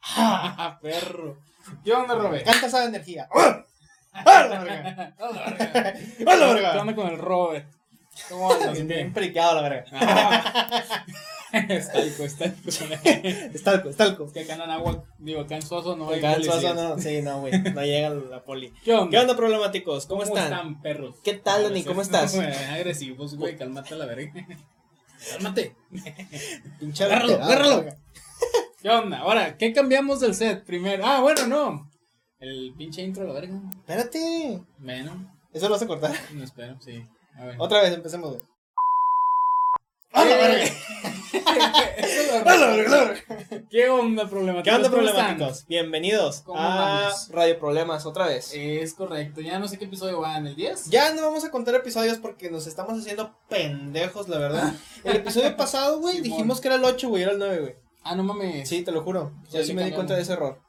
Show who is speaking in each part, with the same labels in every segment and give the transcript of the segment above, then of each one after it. Speaker 1: ¡Ja, perro! Yo me robé.
Speaker 2: Canta esa energía. ¡Ah! ¡Ah, la verga! ¡Ah, la
Speaker 1: ¿Qué
Speaker 2: verga!
Speaker 1: onda con el Robert? ¿Cómo andas?
Speaker 2: Bien, bien
Speaker 1: Bien.
Speaker 2: periqueado, la verga.
Speaker 1: Ah. pues, Estalco, estalco. Es
Speaker 2: Estalco, estalco.
Speaker 1: que acá en Anáhuac, digo, acá en Soso no hay
Speaker 2: Cansuazo,
Speaker 1: policías.
Speaker 2: no, sí, no, güey. No llega la poli.
Speaker 1: ¿Qué onda?
Speaker 2: ¿Qué onda, problemáticos? ¿Cómo están?
Speaker 1: perros?
Speaker 2: ¿Qué tal, Dani? ¿Cómo estás?
Speaker 1: Güey, eh, agresivos, güey, cálmate a la verga. cálmate.
Speaker 2: Pinche
Speaker 1: Agárralo,
Speaker 2: alterado,
Speaker 1: agárralo.
Speaker 2: verga.
Speaker 1: ¿Qué onda? Ahora, ¿qué cambiamos del set primero? Ah, bueno, no. El pinche intro, la verga.
Speaker 2: Espérate.
Speaker 1: Bueno,
Speaker 2: Eso lo vas a cortar.
Speaker 1: no espero, sí. A ver.
Speaker 2: Otra vez, empecemos, güey.
Speaker 1: ¡Ah, la
Speaker 2: Eh.
Speaker 1: verga! Eso lo-
Speaker 2: ¡Ah, la verga, la verga!
Speaker 1: ¿Qué onda, problemáticos?
Speaker 2: ¿Qué onda,
Speaker 1: ¿Cómo están?
Speaker 2: problemáticos? Bienvenidos
Speaker 1: ¿Cómo Eh.
Speaker 2: a
Speaker 1: vamos?
Speaker 2: Radio Problemas otra vez.
Speaker 1: Es correcto, ya no sé qué episodio va en el 10.
Speaker 2: Ya no vamos a contar episodios porque nos estamos haciendo pendejos, la verdad. El episodio pasado, güey,
Speaker 1: Simón.
Speaker 2: dijimos que era el 8, güey, era el 9, güey.
Speaker 1: Ah, no mames.
Speaker 2: Sí, te lo juro.
Speaker 1: Ya
Speaker 2: Yo
Speaker 1: le
Speaker 2: sí me di
Speaker 1: cambiamos.
Speaker 2: cuenta de ese error.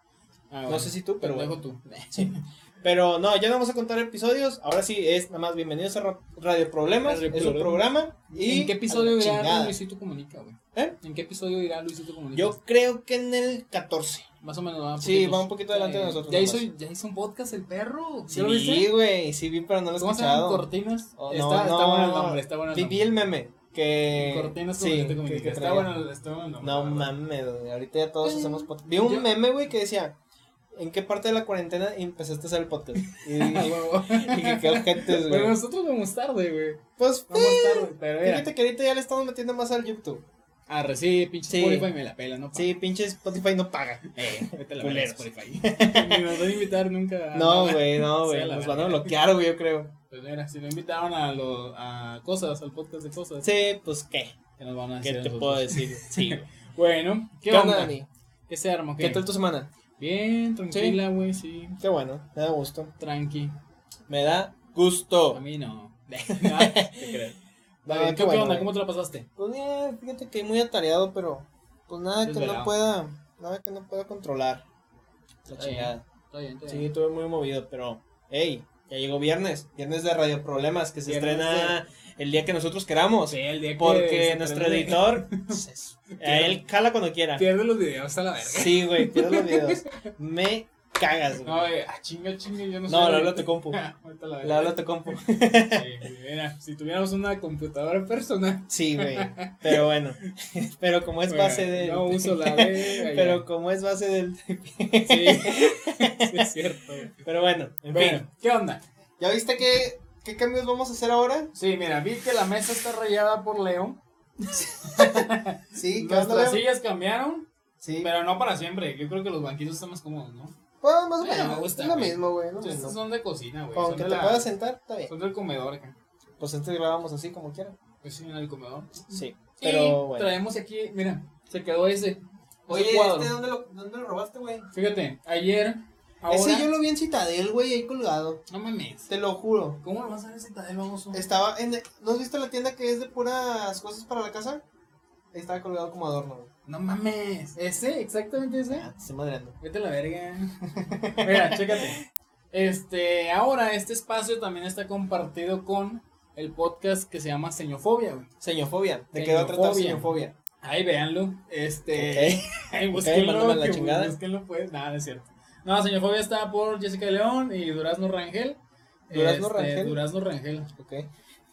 Speaker 1: Ah,
Speaker 2: No
Speaker 1: bueno.
Speaker 2: sé si tú, pero
Speaker 1: Pendejo
Speaker 2: bueno.
Speaker 1: tú.
Speaker 2: Pero no, ya no vamos a contar episodios. Ahora sí, es nada más bienvenidos a Ra- Radio Problemas.
Speaker 1: Radio
Speaker 2: es un
Speaker 1: Problemas.
Speaker 2: programa. Y
Speaker 1: ¿En qué
Speaker 2: a
Speaker 1: episodio
Speaker 2: la
Speaker 1: irá
Speaker 2: chingada.
Speaker 1: Luisito Comunica, güey?
Speaker 2: ¿Eh?
Speaker 1: ¿En qué episodio irá Luisito Comunica?
Speaker 2: Yo creo que en el 14.
Speaker 1: Más o menos va
Speaker 2: Sí,
Speaker 1: poquitos.
Speaker 2: va un poquito adelante de nosotros
Speaker 1: Ya
Speaker 2: nomás.
Speaker 1: hizo, ya hizo un podcast el perro. ¿Sí
Speaker 2: Sí,
Speaker 1: lo viste?
Speaker 2: güey, sí vi, pero no lo he
Speaker 1: ¿Cómo se llaman?
Speaker 2: escuchado.
Speaker 1: Cortinas.
Speaker 2: Oh, no,
Speaker 1: está, está
Speaker 2: no.
Speaker 1: bueno el nombre, está bueno el
Speaker 2: Vi, vi
Speaker 1: nombre.
Speaker 2: el meme. Que.
Speaker 1: Cortinas
Speaker 2: sí,
Speaker 1: Comunica,
Speaker 2: que-
Speaker 1: Comunica.
Speaker 2: que
Speaker 1: está
Speaker 2: traía.
Speaker 1: bueno el está bueno el nombre.
Speaker 2: No
Speaker 1: la verdad.
Speaker 2: mames, güey, ahorita ya todos hacemos podcast. Vi un
Speaker 1: Yo-
Speaker 2: meme, güey, que decía, ¿en qué parte de la cuarentena empezaste a hacer el podcast? Y,
Speaker 1: Ah,
Speaker 2: y,
Speaker 1: huevo.
Speaker 2: que qué ojetes,
Speaker 1: Pero
Speaker 2: güey.
Speaker 1: nosotros vamos tarde, güey.
Speaker 2: Pues,
Speaker 1: Vamos tarde, pero mira.
Speaker 2: fíjate que ahorita ya le estamos metiendo más al YouTube.
Speaker 1: Arre, sí, pinche
Speaker 2: Sí.
Speaker 1: Spotify me la pela, ¿no? pa?
Speaker 2: Sí, pinche Spotify no paga.
Speaker 1: Eh, vete a la verga
Speaker 2: Culeros.
Speaker 1: Spotify. Ni nos van a invitar nunca. a
Speaker 2: Ah, No,
Speaker 1: nada.
Speaker 2: güey, no,
Speaker 1: Sí, a
Speaker 2: güey.
Speaker 1: la
Speaker 2: Nos van a
Speaker 1: verga.
Speaker 2: bloquear, güey, yo creo.
Speaker 1: Pues mira, si lo invitaron a, lo, a cosas, al podcast de cosas,
Speaker 2: Sí, pues, ¿qué?
Speaker 1: que nos van a
Speaker 2: ¿Qué
Speaker 1: decir.
Speaker 2: te
Speaker 1: nosotros.
Speaker 2: puedo decir? Sí, güey.
Speaker 1: Bueno, ¿qué,
Speaker 2: ¿Qué,
Speaker 1: onda?
Speaker 2: onda, Dani?
Speaker 1: ¿Qué se arma?
Speaker 2: ¿Qué tal tu semana?
Speaker 1: Bien, tranquila, güey, sí.
Speaker 2: Qué bueno, me da gusto.
Speaker 1: Tranqui.
Speaker 2: Me da
Speaker 1: A
Speaker 2: gusto.
Speaker 1: mí no. No, te creo.
Speaker 2: No,
Speaker 1: Dale, ¿tú ¿Qué,
Speaker 2: bueno,
Speaker 1: onda?
Speaker 2: güey.
Speaker 1: ¿Cómo te la pasaste?
Speaker 2: Pues bien, fíjate que muy atareado, pero pues nada que
Speaker 1: Desvelado.
Speaker 2: no pueda, nada que no pueda controlar. La
Speaker 1: Está bien,
Speaker 2: chingada.
Speaker 1: Está bien, está
Speaker 2: Sí, estuve muy movido, pero hey, ya llegó viernes, viernes de Radio Problemas que se
Speaker 1: Viernes
Speaker 2: estrena el día que nosotros queramos,
Speaker 1: Sí, el día que
Speaker 2: porque
Speaker 1: se
Speaker 2: nuestro
Speaker 1: prende-
Speaker 2: editor a él cala cuando quiera.
Speaker 1: Pierde los videos a la verga.
Speaker 2: Sí, güey, pierdo los videos. Me cagas,
Speaker 1: No,
Speaker 2: güey.
Speaker 1: güey, ah, chinga, chinga, yo no sé.
Speaker 2: No, le hablo a tu compu.
Speaker 1: Ahorita la
Speaker 2: Le
Speaker 1: verga.
Speaker 2: hablo a tu compu.
Speaker 1: Sí, mira, si tuviéramos una computadora personal.
Speaker 2: Sí, güey. Pero bueno. Pero como es
Speaker 1: güey,
Speaker 2: base del.
Speaker 1: No uso la verga.
Speaker 2: Pero como es base del.
Speaker 1: ya. Sí, sí es cierto. güey.
Speaker 2: Pero bueno, en fin.
Speaker 1: Bueno, ¿qué onda?
Speaker 2: ¿Ya viste qué, qué cambios vamos a hacer ahora?
Speaker 1: Sí, mira, vi que la mesa está rayada por León.
Speaker 2: Sí,
Speaker 1: Nuestras sillas cambiaron,
Speaker 2: Sí,
Speaker 1: pero no para siempre. Yo creo que los banquitos están más cómodos, ¿no?
Speaker 2: Bueno, más o
Speaker 1: Eh,
Speaker 2: menos.
Speaker 1: me gusta,
Speaker 2: es lo
Speaker 1: güey.
Speaker 2: mismo, güey. lo
Speaker 1: Entonces,
Speaker 2: mismo.
Speaker 1: Estos son de cocina, güey.
Speaker 2: Con
Speaker 1: Son,
Speaker 2: que
Speaker 1: de
Speaker 2: te
Speaker 1: la-
Speaker 2: puedas sentar, está bien.
Speaker 1: son del comedor acá.
Speaker 2: Pues antes grabamos así como quiera.
Speaker 1: Pues sí, en el comedor.
Speaker 2: Sí.
Speaker 1: y
Speaker 2: Pero bueno. este,
Speaker 1: traemos aquí, mira, se quedó ese. ese cuadro.
Speaker 2: dónde lo, dónde lo robaste, güey?
Speaker 1: Fíjate, ayer, ahora.
Speaker 2: Ese yo lo vi en Citadel, güey, ahí colgado.
Speaker 1: No mames.
Speaker 2: Te lo juro.
Speaker 1: ¿Cómo lo vas a ver ese tadel baboso?
Speaker 2: Estaba en. ¿No has visto la tienda que es de puras cosas para la casa? Ahí Estaba colgado como adorno, güey.
Speaker 1: No mames. ¿Ese? ¿Exactamente ese?
Speaker 2: Ah, te estoy madreando.
Speaker 1: Vete a la verga. Mira, chécate. Este, ahora este espacio también está compartido con el podcast que se llama Señofobia, güey.
Speaker 2: Señofobia. ¿De qué va a tratar
Speaker 1: Señofobia.
Speaker 2: señofobia? Eh,
Speaker 1: Ahí véanlo. Este,
Speaker 2: Ok.
Speaker 1: ahí búsquenlo,
Speaker 2: mándame la
Speaker 1: que bú-
Speaker 2: chingada.
Speaker 1: búsquenlo, pues. Nada, no es cierto. No, Señofobia está por Jessica León y Durazno Rangel.
Speaker 2: Durazno
Speaker 1: Este,
Speaker 2: Rangel.
Speaker 1: Durazno Rangel.
Speaker 2: Ok.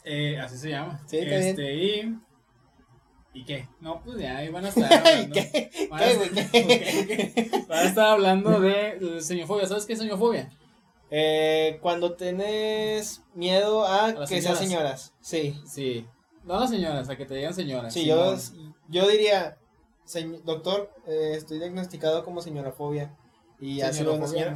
Speaker 1: Eh, así se llama.
Speaker 2: Sí, está
Speaker 1: este, y. ¿Y qué? No, pues ya, ahí van a estar hablando. Van a-
Speaker 2: ¿Qué, güey?
Speaker 1: Ok, ok. Van a estar hablando de eh, señofobia. ¿Sabes qué es señofobia?
Speaker 2: Eh, cuando tenés miedo a,
Speaker 1: las
Speaker 2: que sean
Speaker 1: señoras.
Speaker 2: señoras. Sí.
Speaker 1: Sí. No a las señoras, a que te digan señoras.
Speaker 2: Sí,
Speaker 1: sino-
Speaker 2: yo, yo diría, "Señ- doctor, eh, estoy diagnosticado como señorafobia. Y así lo
Speaker 1: Señorofobia,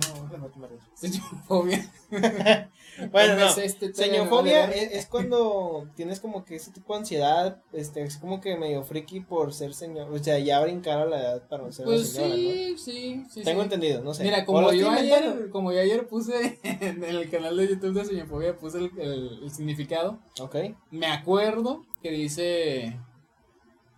Speaker 1: Señofobia.
Speaker 2: Bueno, no.
Speaker 1: Empecé este tema,
Speaker 2: Señofobia
Speaker 1: vale,
Speaker 2: es, eh, es cuando tienes como que ese tipo de ansiedad, este, es como que medio friki por ser señor, o sea, ya brincar a la edad para ser una
Speaker 1: Pues
Speaker 2: señora,
Speaker 1: sí, sí, sí.
Speaker 2: ¿no? Tengo
Speaker 1: sí.
Speaker 2: entendido, no sé.
Speaker 1: Mira,
Speaker 2: ¿O
Speaker 1: como
Speaker 2: lo estoy
Speaker 1: yo,
Speaker 2: inventando?
Speaker 1: ayer, como yo ayer puse en el canal de YouTube de señofobia, puse el, el- el significado.
Speaker 2: Ok.
Speaker 1: Me acuerdo que dice.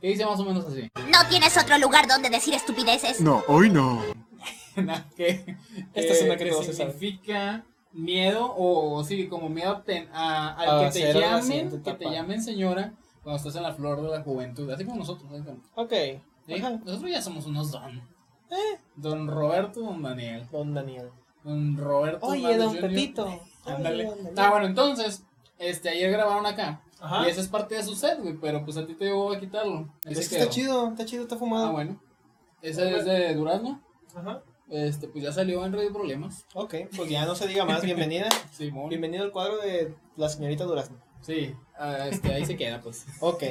Speaker 1: Que dice más o menos así.
Speaker 3: ¿No tienes otro lugar donde decir estupideces?
Speaker 4: No, hoy no.
Speaker 1: Nada, que,
Speaker 2: Esta es una que
Speaker 1: que
Speaker 2: todos se saben.
Speaker 1: significa miedo o, o sí, como miedo a obten- a, al
Speaker 2: A
Speaker 1: que te
Speaker 2: ser a la siguiente
Speaker 1: llamen, que te
Speaker 2: etapa.
Speaker 1: llamen señora cuando estás en la flor de la juventud, así como nosotros, ¿sabes?
Speaker 2: Ok.
Speaker 1: ¿Sí?
Speaker 2: Ajá. Eh.
Speaker 1: Nosotros ya somos unos don. Don Roberto, don Daniel.
Speaker 2: Don Daniel.
Speaker 1: Don Roberto.
Speaker 2: Oye,
Speaker 1: Hernández
Speaker 2: don
Speaker 1: Jr..
Speaker 2: Pepito.
Speaker 1: Ándale.
Speaker 2: Oye, don Daniel.
Speaker 1: Ah, bueno, entonces, este, ayer grabaron acá.
Speaker 2: Ajá. Pues
Speaker 1: Y esa es parte de su set, güey, pero pues a ti te llegó a quitarlo. Ahí
Speaker 2: Es
Speaker 1: se
Speaker 2: que
Speaker 1: quedó.
Speaker 2: está chido, Ah, está chido, está
Speaker 1: Ah,
Speaker 2: fumado.
Speaker 1: bueno. Esa es de Durazno.
Speaker 2: Ajá.
Speaker 1: Este, pues ya salió en Radio Problemas.
Speaker 2: Ok, pues ya no se diga más. Bienvenida.
Speaker 1: Simón.
Speaker 2: Bienvenido al cuadro de la señorita Durazno.
Speaker 1: Sí, ah, este, ahí se queda, pues.
Speaker 2: Ok.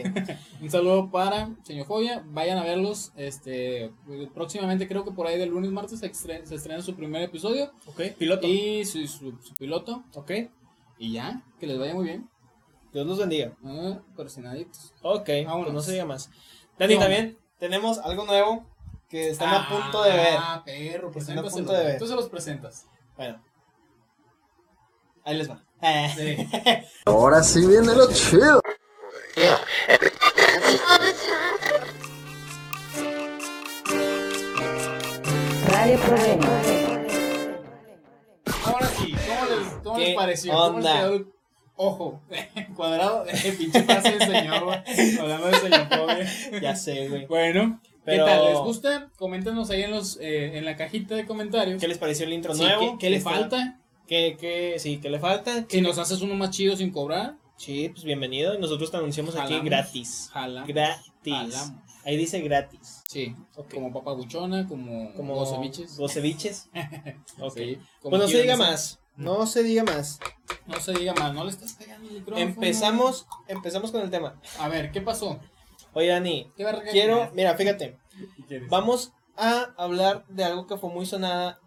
Speaker 1: Un saludo para Señor Fobia. Vayan a verlos. Este, próximamente, creo que por ahí del lunes, martes, se estre- se estrena su primer episodio.
Speaker 2: Ok, piloto.
Speaker 1: Y su, su- su piloto.
Speaker 2: Ok.
Speaker 1: Y ya, que les vaya muy bien.
Speaker 2: Dios los bendiga.
Speaker 1: Ah, corazonaditos.
Speaker 2: Ok,
Speaker 1: Vámonos.
Speaker 2: pues no se diga más. Dani,
Speaker 1: No.
Speaker 2: también tenemos algo nuevo que están a punto de ver.
Speaker 1: Ah, perro,
Speaker 2: Están a
Speaker 1: preséntaselo.
Speaker 2: punto de ver.
Speaker 1: Tú se los presentas.
Speaker 2: Bueno. Ahí les va. Eh.
Speaker 1: Sí.
Speaker 4: Ahora sí viene lo chido.
Speaker 5: Radio Problema.
Speaker 1: Ahora sí, ¿cómo les, cómo les
Speaker 2: ¿Qué
Speaker 1: pareció? ¿Cómo les
Speaker 2: onda?
Speaker 1: quedó el ojo? Cuadrado, eh, pinche frase de señor, güey. Hablando de señor pobre.
Speaker 2: Ya sé, güey.
Speaker 1: Bueno,
Speaker 2: Pero-
Speaker 1: ¿qué tal? ¿Les gusta? Coméntenos ahí en, los, eh, en la cajita de comentarios.
Speaker 2: ¿Qué les pareció el intro
Speaker 1: Sí,
Speaker 2: nuevo?
Speaker 1: ¿qué, qué le
Speaker 2: Este,
Speaker 1: falta?
Speaker 2: ¿Qué, qué, sí, ¿qué le falta?
Speaker 1: Si nos haces uno más chido sin cobrar,
Speaker 2: Sí, pues bienvenido. Y nosotros te anunciamos aquí
Speaker 1: Jalamos.
Speaker 2: gratis.
Speaker 1: jala.
Speaker 2: Gratis.
Speaker 1: Jalamos.
Speaker 2: Ahí dice gratis.
Speaker 1: Sí,
Speaker 2: Ok.
Speaker 1: como papa buchona, como, como los ceviches.
Speaker 2: Los ceviches. ok.
Speaker 1: Sí, como
Speaker 2: Pues no se
Speaker 1: quieran
Speaker 2: diga
Speaker 1: hacer.
Speaker 2: más. No se diga más.
Speaker 1: No se diga más, no le estás pegando el micrófono.
Speaker 2: Empezamos, empezamos con el tema.
Speaker 1: A ver, ¿qué pasó?
Speaker 2: Oye, Dani,
Speaker 1: ¿Qué verga-
Speaker 2: quiero, mira, fíjate,
Speaker 1: ¿Qué quieres?
Speaker 2: vamos a hablar de algo que fue muy sonada,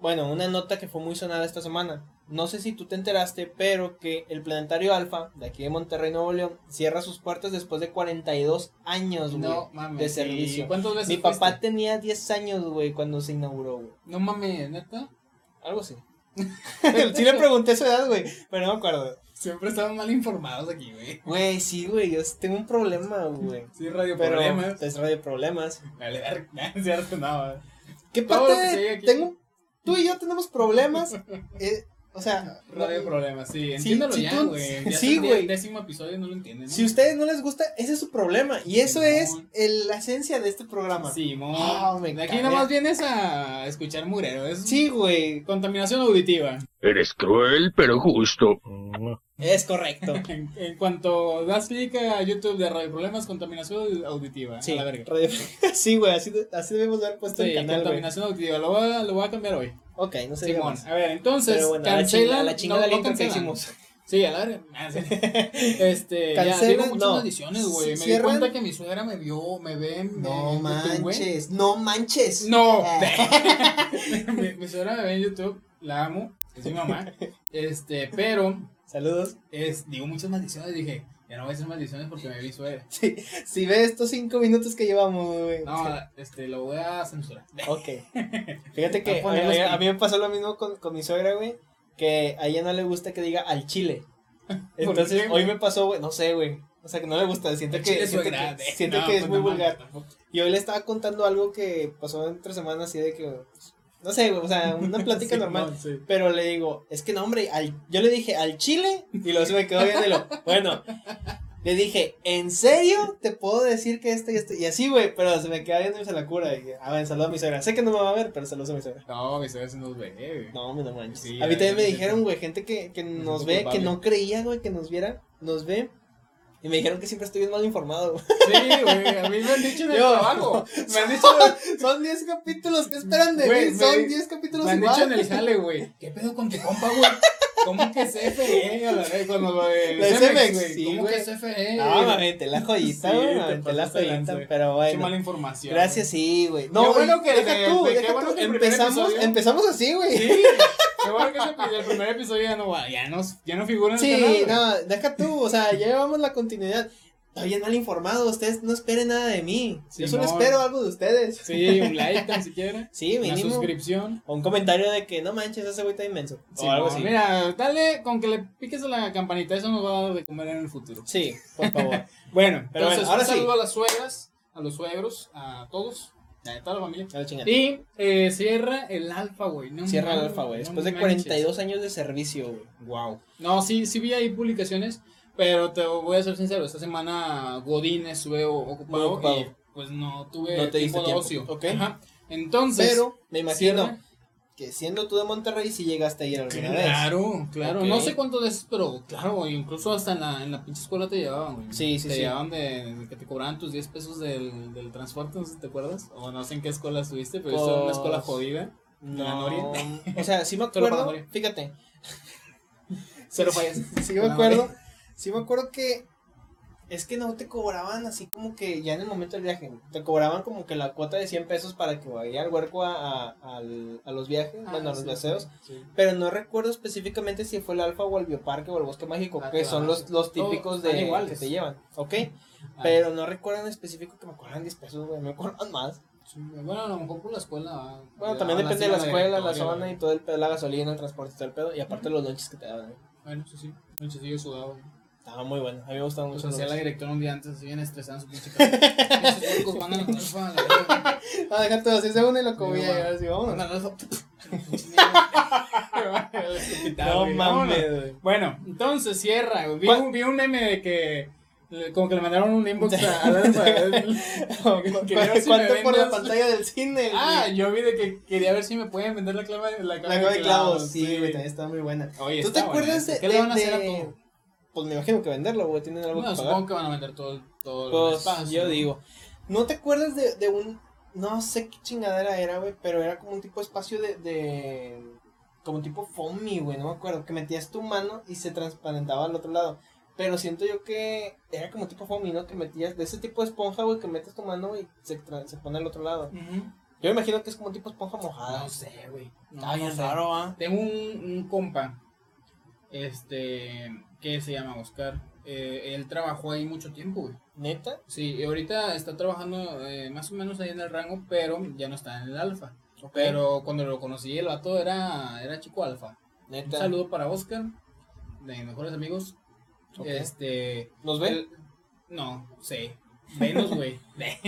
Speaker 2: bueno, una nota que fue muy sonada esta semana. No sé si tú te enteraste, pero que el Planetario Alfa, de aquí de Monterrey, Nuevo León, cierra sus puertas después de 42 años, güey.
Speaker 1: No mames.
Speaker 2: de
Speaker 1: sí.
Speaker 2: servicio.
Speaker 1: ¿Cuántas veces
Speaker 2: Mi papá
Speaker 1: fuiste?
Speaker 2: tenía 10 años, güey, cuando se inauguró, güey.
Speaker 1: No mames, neta.
Speaker 2: Algo así. sí le pregunté su edad, güey, pero no me acuerdo.
Speaker 1: Siempre estamos mal informados aquí, güey.
Speaker 2: Güey, sí, güey, yo tengo un problema, güey.
Speaker 1: Sí, radio
Speaker 2: Pero
Speaker 1: problemas.
Speaker 2: es radio problemas.
Speaker 1: Dale, dale, dale, cierto, no.
Speaker 2: ¿Qué
Speaker 1: Todo
Speaker 2: parte
Speaker 1: lo que se diga aquí.
Speaker 2: tengo? Tú y yo tenemos problemas. eh, o sea,
Speaker 1: Radio
Speaker 2: no-
Speaker 1: problemas, sí.
Speaker 2: Sí,
Speaker 1: Entiéndalo
Speaker 2: sí,
Speaker 1: ya,
Speaker 2: tú-
Speaker 1: güey. Ya
Speaker 2: sí,
Speaker 1: es el
Speaker 2: güey.
Speaker 1: décimo episodio y no lo entienden. ¿no?
Speaker 2: si a ustedes no les gusta, ese es su problema. Y eso es
Speaker 1: Simón.
Speaker 2: el- la esencia de este programa. Sí,
Speaker 1: Simón.
Speaker 2: Ah, me
Speaker 1: de aquí
Speaker 2: cagué.
Speaker 1: nomás vienes a escuchar murero. Es
Speaker 2: güey.
Speaker 1: contaminación auditiva.
Speaker 6: Eres cruel, pero justo.
Speaker 2: Es correcto.
Speaker 1: En, en cuanto das clic a YouTube de Radio Problemas, contaminación auditiva.
Speaker 2: Sí,
Speaker 1: A la verga.
Speaker 2: radio- sí, güey, así, de- así debemos haber puesto
Speaker 1: Sí,
Speaker 2: el canal, güey.
Speaker 1: contaminación auditiva. Lo voy, a, lo voy a cambiar hoy.
Speaker 2: Ok, no sé.
Speaker 1: Simón. A ver, entonces,
Speaker 2: Pero bueno, a la chingada,
Speaker 1: cancela.
Speaker 2: a la chingada la intro que
Speaker 1: cancelan.
Speaker 2: hicimos.
Speaker 1: Sí, a la verga. Ah, sí. Este, ya
Speaker 2: Cancelan,
Speaker 1: digo muchas
Speaker 2: no.
Speaker 1: maldiciones, güey. Me
Speaker 2: Cierran.
Speaker 1: di cuenta que mi suegra me vio, me ve, me
Speaker 2: No
Speaker 1: en YouTube, güey.
Speaker 2: manches, Ah. no manches.
Speaker 1: No.
Speaker 2: Eh.
Speaker 1: mi, mi suegra me ve en YouTube, la amo, es mi mamá. Este, pero
Speaker 2: Saludos.
Speaker 1: es, digo muchas maldiciones, dije, ya no voy a hacer maldiciones porque me vi suegra.
Speaker 2: Si ve estos cinco minutos que llevamos, güey.
Speaker 1: No, este, lo voy a censurar.
Speaker 2: Ok. Fíjate que
Speaker 1: No
Speaker 2: a, mí-
Speaker 1: ponemos
Speaker 2: a mí- a
Speaker 1: pi.
Speaker 2: mí me pasó lo mismo con, con mi suegra, güey. Que a ella no le gusta que diga al chile. Entonces,
Speaker 1: qué, güey?
Speaker 2: hoy me pasó, güey, no sé, güey. O sea, que no le gusta, siente
Speaker 1: Chile
Speaker 2: que, siente
Speaker 1: suegra,
Speaker 2: que,
Speaker 1: eh.
Speaker 2: siente
Speaker 1: No,
Speaker 2: que es
Speaker 1: pues
Speaker 2: muy
Speaker 1: no mames,
Speaker 2: vulgar.
Speaker 1: tampoco.
Speaker 2: Y hoy le estaba contando algo que pasó entre semanas así de que, pues, no sé, güey, o sea, una plática
Speaker 1: Sí,
Speaker 2: normal.
Speaker 1: no, sí.
Speaker 2: Pero le digo, es que no, hombre, al, yo le dije al chile y luego se me quedó viéndolo. Bueno, le dije, ¿en serio te puedo decir que esto y esto? Y así, güey, pero se me queda viendo y se la cura. Y, a ver, saludos a mi suegra. Sé que no me va a ver, pero saludos a mi suegra.
Speaker 1: No, mi suegra se nos ve, güey.
Speaker 2: No, hombre, no manches.
Speaker 1: Sí,
Speaker 2: a mí
Speaker 1: ya,
Speaker 2: también
Speaker 1: ya,
Speaker 2: me
Speaker 1: ya,
Speaker 2: dijeron,
Speaker 1: ya.
Speaker 2: güey, gente que, que nos
Speaker 1: siento
Speaker 2: ve, que
Speaker 1: culpable.
Speaker 2: no creía, güey, que nos viera, nos ve. Y me dijeron que siempre estoy bien mal informado. güey.
Speaker 1: Sí, güey, a mí me han dicho en el
Speaker 2: Yo.
Speaker 1: trabajo. Me han dicho,
Speaker 2: Son 10 capítulos, ¿qué esperan de
Speaker 1: Güey,
Speaker 2: mí?
Speaker 1: me-
Speaker 2: Son 10 capítulos
Speaker 1: me han
Speaker 2: igual.
Speaker 1: dicho en el jale, güey. ¿Qué pedo con tu compa, güey? ¿Cómo que es FE? A la vez, cuando lo de
Speaker 2: Lo de
Speaker 1: Cemex,
Speaker 2: Cemex, sí,
Speaker 1: ¿Cómo
Speaker 2: güey. Ah,
Speaker 1: que es E? FE?
Speaker 2: No, me aventé la joyita,
Speaker 1: Sí,
Speaker 2: güey,
Speaker 1: te
Speaker 2: me aventé la
Speaker 1: pasaste de lanza,
Speaker 2: joyita,
Speaker 1: güey.
Speaker 2: pero
Speaker 1: Qué
Speaker 2: bueno.
Speaker 1: mala información.
Speaker 2: Gracias, sí, güey.
Speaker 1: Qué
Speaker 2: No, güey,
Speaker 1: bueno que
Speaker 2: deja
Speaker 1: de-
Speaker 2: tú,
Speaker 1: de- qué
Speaker 2: deja
Speaker 1: bueno
Speaker 2: tú.
Speaker 1: que el primer
Speaker 2: empezamos,
Speaker 1: episodio-
Speaker 2: empezamos así, güey.
Speaker 1: güey. Sí. Qué bueno que ese- el primer episodio ya no va, ya no, ya no figura en el canal,
Speaker 2: Sí,
Speaker 1: güey.
Speaker 2: no, deja tú, o sea, ya llevamos la continuidad. Estoy bien mal informado, ustedes no esperen nada de mí. Yo solo
Speaker 1: Simón.
Speaker 2: espero algo de ustedes.
Speaker 1: Sí, un like tan siquiera.
Speaker 2: Sí,
Speaker 1: Una
Speaker 2: mínimo.
Speaker 1: suscripción.
Speaker 2: O un comentario de que no manches, ese güey está inmenso.
Speaker 1: Sí,
Speaker 2: o algo
Speaker 1: no,
Speaker 2: así.
Speaker 1: Mira, dale con que le piques a la campanita, eso nos va a dar de comer en el futuro.
Speaker 2: Sí, por favor.
Speaker 1: Bueno,
Speaker 2: Pero
Speaker 1: entonces
Speaker 2: bueno, ahora
Speaker 1: un
Speaker 2: sí.
Speaker 1: saludo a las suegras, a los suegros, a todos, a toda la familia.
Speaker 2: A la chingada.
Speaker 1: Y eh, cierra el alfa, güey. No
Speaker 2: Cierra el
Speaker 1: mames,
Speaker 2: alfa, güey.
Speaker 1: no
Speaker 2: Después de
Speaker 1: manches.
Speaker 2: 42 años de servicio, güey.
Speaker 1: Wow. No, sí, sí vi ahí publicaciones, pero te voy a ser sincero, esta semana Godín estuve o- ocupado,
Speaker 2: Muy ocupado.
Speaker 1: y pues no tuve
Speaker 2: No te
Speaker 1: tiempo
Speaker 2: diste
Speaker 1: de
Speaker 2: tiempo.
Speaker 1: ocio.
Speaker 2: Ok.
Speaker 1: Ajá. Entonces,
Speaker 2: Pero me imagino
Speaker 1: cierra.
Speaker 2: que siendo tú de Monterrey, si llegaste a ir alguna vez.
Speaker 1: Claro, claro.
Speaker 2: Ok.
Speaker 1: No sé cuántas veces, pero claro, güey, incluso hasta en la, en la pinche escuela te llevaban, güey.
Speaker 2: Sí, sí,
Speaker 1: Te
Speaker 2: sí.
Speaker 1: llevaban de, de que te cobraban tus 10 pesos del, del transporte, no sé si te acuerdas. O no sé en qué escuela estuviste, pero yo estaba en una
Speaker 2: Pues,
Speaker 1: escuela jodida. la
Speaker 2: No.
Speaker 1: Noria.
Speaker 2: O sea, sí me
Speaker 1: Solo para
Speaker 2: acuerdo.
Speaker 1: Noria.
Speaker 2: Fíjate,
Speaker 1: Cero fallas.
Speaker 2: sí me
Speaker 1: La
Speaker 2: acuerdo. Sí me acuerdo que es que no te cobraban así como que ya en el momento del viaje. Te cobraban como que la cuota de 100 pesos para que vaya al huerco a, a- al- a los viajes,
Speaker 1: Ah,
Speaker 2: bueno, a los
Speaker 1: sí,
Speaker 2: gaseos.
Speaker 1: sí.
Speaker 2: Pero no recuerdo específicamente si fue el Alfa o el Bioparque o el Bosque Mágico,
Speaker 1: Ah,
Speaker 2: que
Speaker 1: claro,
Speaker 2: son los,
Speaker 1: sí.
Speaker 2: los
Speaker 1: Todos
Speaker 2: típicos
Speaker 1: están
Speaker 2: de
Speaker 1: iguales.
Speaker 2: que te llevan, ¿ok?
Speaker 1: Ah,
Speaker 2: Pero no recuerdo en específico que me cobraran 10 pesos, güey, me cobran más.
Speaker 1: sí, Bueno, a lo mejor por la escuela. ah,
Speaker 2: Bueno,
Speaker 1: le
Speaker 2: también
Speaker 1: daban
Speaker 2: depende de la
Speaker 1: cena
Speaker 2: escuela, la
Speaker 1: directorio,
Speaker 2: zona
Speaker 1: güey.
Speaker 2: y todo el pedo, la gasolina, el transporte y todo el pedo. Y aparte los lunches que te daban, güey.
Speaker 1: Bueno, sí, sí. El chisillo sudado. güey.
Speaker 2: Estaba muy bueno, a mí me gustaban
Speaker 1: Pues
Speaker 2: mucho los
Speaker 1: hacía la
Speaker 2: lunches.
Speaker 1: directora un día antes, así bien estresada en su pinche casa. Esos locos van a la alfa, a la verga.
Speaker 2: Ah, déjate así se une y lo comía
Speaker 1: Sí,
Speaker 2: y
Speaker 1: va.
Speaker 2: ahora sí, vámonos.
Speaker 1: No mames. Ah,
Speaker 2: güey.
Speaker 1: Bueno, entonces cierra. güey. Vi
Speaker 2: ¿Cuál?
Speaker 1: un, vi un meme de que. eh, Como que le mandaron un inbox a a Alan para ver- que ver si me
Speaker 2: ¿Cuánto por la
Speaker 1: vendes?
Speaker 2: pantalla del cine?
Speaker 1: Ah,
Speaker 2: güey?
Speaker 1: yo vi de que quería ver si me pueden vender la clave la
Speaker 2: la clave de clavos, sí, güey,
Speaker 1: güey.
Speaker 2: también estaba muy buena.
Speaker 1: Oye,
Speaker 2: ¿Tú
Speaker 1: está
Speaker 2: te acuerdas
Speaker 1: buena. ¿eh?
Speaker 2: de,
Speaker 1: ¿Qué le van a
Speaker 2: de-
Speaker 1: hacer a
Speaker 2: de-
Speaker 1: todo?
Speaker 2: Pues me imagino que venderlo, güey, tienen algo
Speaker 1: Bueno,
Speaker 2: que pagar.
Speaker 1: supongo que van a vender todo, todo el
Speaker 2: Pues
Speaker 1: espacio.
Speaker 2: yo
Speaker 1: ¿no?
Speaker 2: digo, ¿no te acuerdas de, de un, no sé qué chingadera era, güey, pero era como un tipo de espacio de, de, como tipo foamy, güey, no me acuerdo, que metías tu mano y se transparentaba al otro lado. Pero siento yo que era como tipo foamy, ¿no? Que metías, de ese tipo de esponja, güey, que metes tu mano güey, y se, tra- se pone al otro lado.
Speaker 1: Ujú.
Speaker 2: Yo me imagino que es como tipo esponja mojada.
Speaker 1: No sé, güey. No,
Speaker 2: Está bien
Speaker 1: no sé.
Speaker 2: raro, ¿ah?
Speaker 1: Tengo un, un compa, este, que se llama Oscar. Eh, él trabajó ahí mucho tiempo, güey.
Speaker 2: ¿Neta?
Speaker 1: Sí, y ahorita está trabajando eh, más o menos ahí en el rango, pero ya no está en el alfa.
Speaker 2: Ok.
Speaker 1: Pero cuando lo conocí, el vato era, era chico alfa. Un
Speaker 2: Neta.
Speaker 1: saludo para Oscar, de mis mejores amigos.
Speaker 2: Ok.
Speaker 1: Este.
Speaker 2: ¿Nos ven?
Speaker 1: el- no, sí. Menos, güey.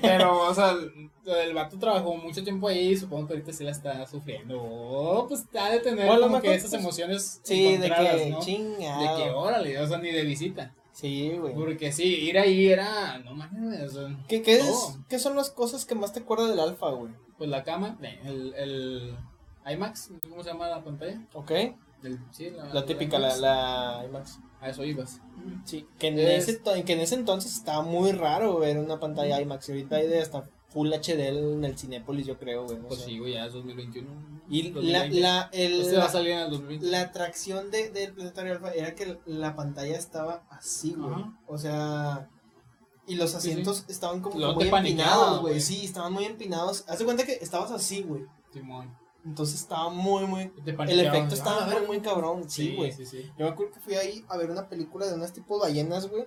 Speaker 1: Pero, o sea, el, el vato trabajó mucho tiempo ahí y supongo que ahorita sí la está sufriendo. Oh, pues ha de tener
Speaker 2: O a lo
Speaker 1: como que
Speaker 2: mejor,
Speaker 1: esas
Speaker 2: pues,
Speaker 1: emociones
Speaker 2: Sí, de
Speaker 1: encontradas,
Speaker 2: que
Speaker 1: ¿no?
Speaker 2: chingado.
Speaker 1: De que oh. órale, o sea, ni de visita.
Speaker 2: Sí, güey.
Speaker 1: Porque sí, ir ahí era, no mames, o sea,
Speaker 2: ¿Qué, qué, es-
Speaker 1: Oh.
Speaker 2: qué son las cosas que más te acuerdas del alfa, güey?
Speaker 1: pues la cama, el, el IMAX, no sé cómo se llama la pantalla.
Speaker 2: ¿Ok?
Speaker 1: El- sí, la,
Speaker 2: La típica, la,
Speaker 1: IMAX.
Speaker 2: la IMAX.
Speaker 1: A eso ibas.
Speaker 2: Sí, que en,
Speaker 1: Es-
Speaker 2: ese, to- que en ese entonces estaba muy raro ver una pantalla IMAX. Y ahorita hay de hasta Full HD en el Cinépolis, yo creo, güey. no
Speaker 1: Pues
Speaker 2: sé.
Speaker 1: sí, güey, ya es 2021.
Speaker 2: Y la,
Speaker 1: 2020.
Speaker 2: la, el-
Speaker 1: Este va a salir en el 2020.
Speaker 2: la atracción de, del planetario alfa era que la pantalla estaba así, güey.
Speaker 1: Ajá.
Speaker 2: O sea... Y los
Speaker 1: sí.
Speaker 2: asientos estaban como que
Speaker 1: Luego
Speaker 2: muy
Speaker 1: te paniqueaba,
Speaker 2: empinados, güey.
Speaker 1: güey.
Speaker 2: Sí, estaban muy empinados. Haz de cuenta que estabas así, güey.
Speaker 1: Simón.
Speaker 2: Entonces estaba muy, muy
Speaker 1: Y te
Speaker 2: El
Speaker 1: paniqueabas,
Speaker 2: efecto
Speaker 1: ah,
Speaker 2: estaba
Speaker 1: verga.
Speaker 2: muy cabrón, sí, güey.
Speaker 1: Sí, sí.
Speaker 2: Yo me acuerdo que fui ahí a ver una película de unas tipo ballenas, güey.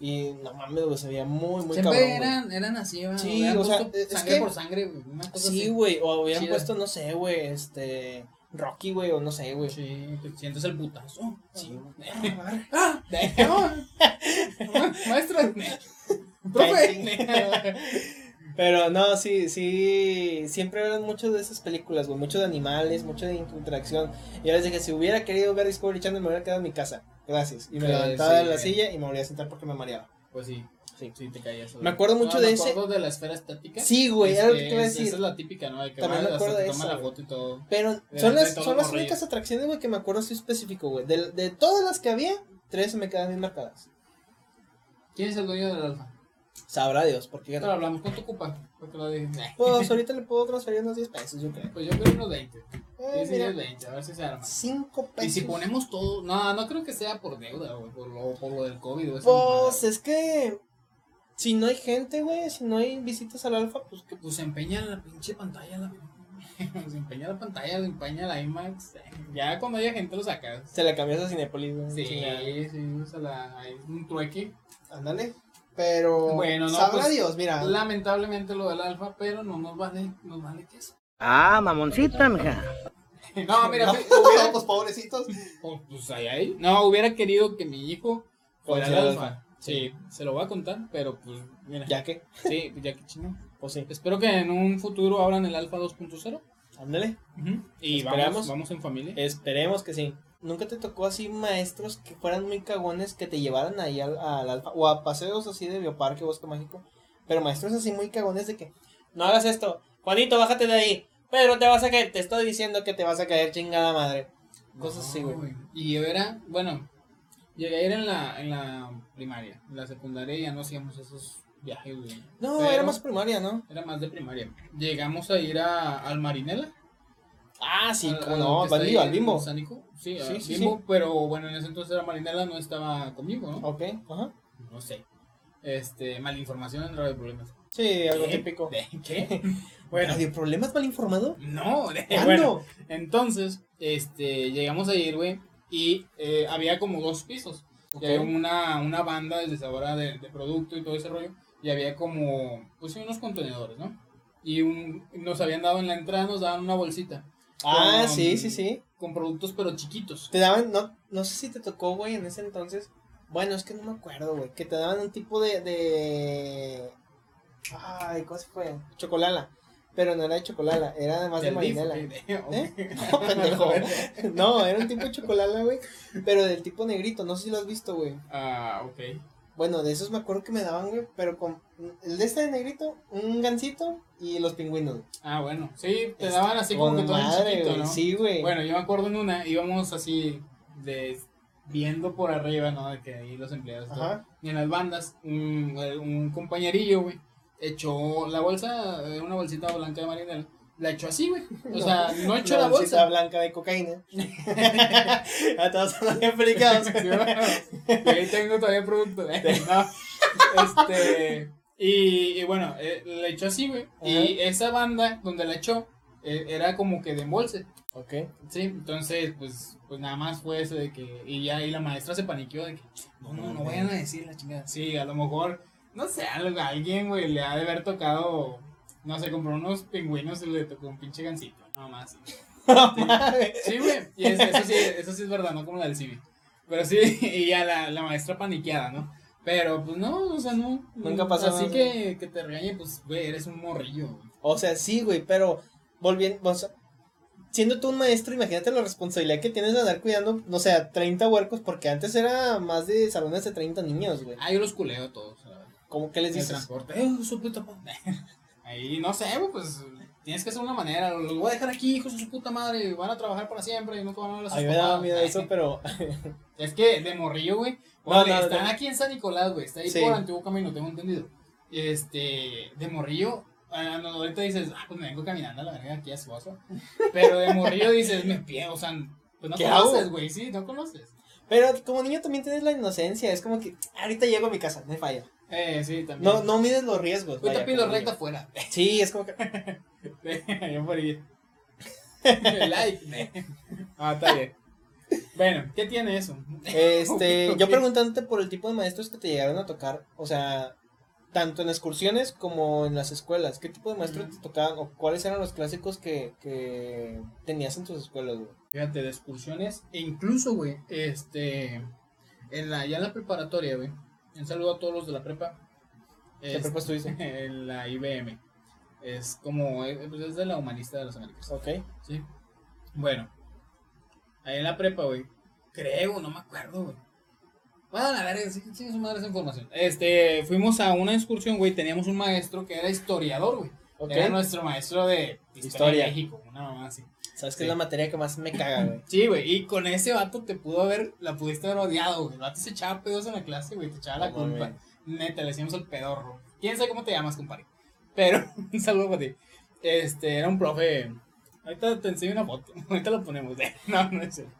Speaker 2: Y no mames, güey, se veía muy, muy
Speaker 1: Siempre
Speaker 2: cabrón. güey.
Speaker 1: eran, eran así, ¿verdad?
Speaker 2: Sí,
Speaker 1: Habían
Speaker 2: o sea,
Speaker 1: puesto
Speaker 2: es
Speaker 1: sangre
Speaker 2: que-
Speaker 1: por sangre, güey. Una cosa
Speaker 2: Sí,
Speaker 1: así.
Speaker 2: güey, o habían
Speaker 1: Chida.
Speaker 2: puesto, no sé, güey, este, Rocky, güey, o no sé, güey. Sí,
Speaker 1: Sí, que sientes el putazo.
Speaker 2: güey.
Speaker 1: ¡Ah! Maestro, profe.
Speaker 2: Pero no, sí, sí, siempre eran muchas de esas películas, güey, mucho de animales, mucho de interacción. Y ahora que si hubiera querido ver Discovery Channel me hubiera quedado en mi casa. Gracias. Y
Speaker 1: Sí,
Speaker 2: me levantaba
Speaker 1: sí,
Speaker 2: de la
Speaker 1: güey.
Speaker 2: silla y me volvía a sentar porque me mareaba.
Speaker 1: Pues sí,
Speaker 2: Sí.
Speaker 1: sí, te caías.
Speaker 2: Me acuerdo mucho
Speaker 1: Ah,
Speaker 2: de
Speaker 1: me
Speaker 2: ese-
Speaker 1: acuerdo de la esfera estática.
Speaker 2: Sí, güey, era lo que
Speaker 1: Este,
Speaker 2: te iba a
Speaker 1: es-
Speaker 2: decir.
Speaker 1: Esa es la típica, ¿no? De que
Speaker 2: También
Speaker 1: También
Speaker 2: me
Speaker 1: me
Speaker 2: acuerdo de
Speaker 1: toma
Speaker 2: esa,
Speaker 1: la
Speaker 2: güey.
Speaker 1: foto y todo.
Speaker 2: Pero
Speaker 1: De
Speaker 2: son
Speaker 1: la-
Speaker 2: las,
Speaker 1: de todo
Speaker 2: son las
Speaker 1: corrido.
Speaker 2: únicas atracciones, güey, que me acuerdo así específico, güey. De, de todas las que había, tres se me quedan bien marcadas.
Speaker 1: ¿Quién es el dueño del alfa?
Speaker 2: Sabrá Dios, porque ya
Speaker 1: Ahorita lo hablamos con tu cupa. Porque lo dije.
Speaker 2: Pues ahorita le puedo transferir unos 10 pesos, yo creo.
Speaker 1: Pues yo creo unos 20.
Speaker 2: Eh,
Speaker 1: Sí, sí,
Speaker 2: mira,
Speaker 1: unos 20, a ver si se arma.
Speaker 2: 5 pesos.
Speaker 1: Y si ponemos todo, no, no creo que sea por deuda, güey, por lo, por lo del COVID. o esa
Speaker 2: Pues es que. Si no hay gente, güey, si no hay visitas al alfa, pues que.
Speaker 1: mamada. Pues se empeña la pinche pantalla, la se empeña la pantalla, se empeña la IMAX. eh, Ya cuando haya gente lo sacas.
Speaker 2: Se la cambias a Cinepolis, güey.
Speaker 1: Sí,
Speaker 2: chingada.
Speaker 1: sí, o sea, la, hay un trueque.
Speaker 2: Ándale. Pero.
Speaker 1: Bueno, no,
Speaker 2: Sabrá
Speaker 1: pues,
Speaker 2: Dios, mira.
Speaker 1: Lamentablemente lo del alfa, pero no nos vale, nos vale que eso.
Speaker 7: Ah, mamoncita, mija.
Speaker 1: No, mira,
Speaker 2: No,
Speaker 1: fe- hubiera,
Speaker 2: no, pues pobrecitos.
Speaker 1: pues, pues, ahí, ahí. No, hubiera querido que mi hijo fuera el
Speaker 2: Fuera el
Speaker 1: alfa. Sí, se lo voy a contar, pero pues, mira.
Speaker 2: Ya que.
Speaker 1: Sí, pues ya que chingón.
Speaker 2: Pues sí.
Speaker 1: Espero que en un futuro abran el Alfa 2.0.
Speaker 2: Ándale.
Speaker 1: Y vamos,
Speaker 2: Esperamos.
Speaker 1: vamos en familia.
Speaker 2: Esperemos que sí. ¿Nunca te tocó así maestros que fueran muy cagones que te llevaran ahí al, al alfa o a paseos así de bioparque, bosque mágico? Pero maestros así muy cagones de que no hagas esto, Juanito, bájate de ahí. Pedro, te vas a caer. Te estoy diciendo que te vas a caer, chingada madre. Cosas así,
Speaker 1: No,
Speaker 2: güey.
Speaker 1: Y yo era, bueno, llegué a ir en la, en la primaria. En la secundaria ya no hacíamos esos viajes, güey.
Speaker 2: No,
Speaker 1: Pero
Speaker 2: era más primaria, ¿no?
Speaker 1: Era más de primaria. Llegamos a ir a, al Marinela.
Speaker 2: Ah, sí,
Speaker 1: al-
Speaker 2: como
Speaker 1: al
Speaker 2: no,
Speaker 1: que está
Speaker 2: bandido,
Speaker 1: ahí
Speaker 2: al
Speaker 1: en
Speaker 2: bimbo.
Speaker 1: San Nico. Sí,
Speaker 2: Sí,
Speaker 1: al
Speaker 2: sí,
Speaker 1: Bimbo, pero bueno, en ese entonces era Marinela, no estaba conmigo, ¿no?
Speaker 2: Ok, ajá.
Speaker 1: No sé. Este, malinformación en Radio Problemas.
Speaker 2: Sí, algo típico.
Speaker 1: ¿De ¿Qué? Bueno,
Speaker 2: ¿Radio problemas mal informado?
Speaker 1: no, de, bueno,
Speaker 2: ¿Cuándo?
Speaker 1: Entonces, este, llegamos a ir, güey, y eh, había como dos pisos.
Speaker 2: Ok.
Speaker 1: Y había una, una banda desde sabora de, de producto y todo ese rollo. Y había como, pues sí, unos contenedores, ¿no? Y un- nos habían dado en la entrada, nos daban una bolsita
Speaker 2: Ah,
Speaker 1: con-
Speaker 2: sí, sí, sí.
Speaker 1: con productos, pero chiquitos.
Speaker 2: Te daban, no, no sé si te tocó, güey, en ese entonces. Bueno, es que no me acuerdo, güey. Que te daban un tipo de, de... Ay, ¿cómo se fue? Chocolala. Pero no era de chocolala, era además de
Speaker 1: Del DIF,
Speaker 2: marinela.
Speaker 1: ¿eh? Ok.
Speaker 2: ¿Eh? No, pendejo. No, era un tipo de chocolala, güey. Pero del tipo negrito, no sé si lo has visto, güey.
Speaker 1: Ah, ok.
Speaker 2: Bueno, de esos me acuerdo que me daban, güey. Pero con el de este de negrito, un gancito y los pingüinos.
Speaker 1: Ah, bueno. Sí, te daban así como que
Speaker 2: Con
Speaker 1: todo en
Speaker 2: madre,
Speaker 1: chiquito,
Speaker 2: güey.
Speaker 1: ¿no?
Speaker 2: Sí, güey.
Speaker 1: Bueno, yo me acuerdo en una, íbamos así de viendo por arriba, ¿no? De que ahí los empleados. todo.
Speaker 2: Ajá.
Speaker 1: Y en las bandas, un, un compañerillo, güey, echó la bolsa, eh, una bolsita blanca de marinela, la echó así, güey. O sea, no echó la,
Speaker 2: bolsita
Speaker 1: bolsa.
Speaker 2: blanca de cocaína. A todos son implicados.
Speaker 1: Sí, bueno, y ahí tengo todavía producto. eh, no. Este, y, y bueno, eh, la echó así, güey. Y esa banda donde la echó eh, era como que de embolse.
Speaker 2: Ok.
Speaker 1: Sí, entonces, pues, pues nada más fue eso de que. Y ya ahí la maestra se paniqueó de que. No, no, no vayan a decir la chingada. Sí, a lo mejor, no sé, algo- a alguien, güey, le ha de haber tocado. No sé, compró unos pingüinos y le tocó un pinche gancito. Nada más. Sí, güey. Y es- eso, sí, eso sí es verdad, no como la del Civi. Pero sí, y ya la, la maestra paniqueada, ¿no? Pero pues no, o sea, no.
Speaker 2: Nunca pasó
Speaker 1: Así
Speaker 2: nada.
Speaker 1: que, que te regañe, pues, güey, eres un morrillo. güey.
Speaker 2: O sea, sí, güey, pero volviendo, o sea, siendo tú un maestro, imagínate la responsabilidad que tienes de andar cuidando, no sé, a 30 huercos, porque antes era más de salones de 30 niños, güey.
Speaker 1: Ah, yo los culeo a todos, la verdad.
Speaker 2: ¿Cómo que les
Speaker 1: el
Speaker 2: dices?
Speaker 1: transporte. Eh, su puta madre. Ahí no sé, güey, pues tienes que hacer una manera. Los voy a dejar aquí, hijos de su puta madre. Van a trabajar para siempre y nunca van a hablar a
Speaker 2: A
Speaker 1: sus
Speaker 2: mí me daba
Speaker 1: papás.
Speaker 2: miedo eso, pero
Speaker 1: Es que de morrillo, güey.
Speaker 2: No,
Speaker 1: Órale,
Speaker 2: no, no,
Speaker 1: están
Speaker 2: no.
Speaker 1: aquí en San Nicolás, güey. Está ahí
Speaker 2: Sí.
Speaker 1: por antiguo camino, tengo entendido. Este, de morrillo. ah, no, ahorita dices, ah, pues me vengo caminando a la verga aquí a su Pero de morrillo dices, me pie, o sea, pues no
Speaker 2: ¿Qué
Speaker 1: conoces,
Speaker 2: hago?
Speaker 1: güey, sí, no conoces.
Speaker 2: pero como niño también tienes la inocencia, es como que "Ah, ahorita llego a mi casa, me falla.
Speaker 1: Eh, sí, también.
Speaker 2: No no mides los riesgos.
Speaker 1: Hoy te
Speaker 2: vaya,
Speaker 1: pido
Speaker 2: como
Speaker 1: recta
Speaker 2: niño.
Speaker 1: afuera.
Speaker 2: Sí, es como que
Speaker 1: Yo por ahí. like. Ah, está bien. Bueno, ¿qué tiene eso?
Speaker 2: Este,
Speaker 1: Ok,
Speaker 2: yo
Speaker 1: ok.
Speaker 2: preguntándote por el tipo de maestros que te llegaron a tocar, o sea, tanto en excursiones como en las escuelas, ¿qué tipo de maestros
Speaker 1: Ujú.
Speaker 2: te tocaban o cuáles eran los clásicos que, que tenías en tus escuelas, güey?
Speaker 1: Fíjate, de excursiones. E incluso, güey, este. En la, ya en la preparatoria, güey. Un saludo a todos los de la prepa.
Speaker 2: ¿Qué prepa estuviste?
Speaker 1: En la IBM. Es como. eh, pues es de la humanista de las Américas.
Speaker 2: Ok.
Speaker 1: Sí. Bueno. Ahí en la prepa, güey. Creo, no me acuerdo, güey. Bueno, la verga, sí, sí, su madre esa información. Este, fuimos a una excursión, güey. Teníamos un maestro que era historiador, güey.
Speaker 2: Ok.
Speaker 1: Era nuestro maestro de historia,
Speaker 2: Historia.
Speaker 1: de México, una mamá así.
Speaker 2: ¿Sabes
Speaker 1: Sí.
Speaker 2: qué es la materia que más me caga, güey?
Speaker 1: Sí, güey, y con ese vato te pudo haber, la pudiste haber odiado, güey. El vato se echaba pedos en la clase, güey, te echaba la
Speaker 2: No
Speaker 1: culpa.
Speaker 2: mames.
Speaker 1: Neta, le decíamos el pedorro. Quién sabe cómo te llamas, compadre. Pero, un saludo para ti. Este, era un profe. Ahorita te enseño una foto. Ahorita lo ponemos. eh. No, no es cierto.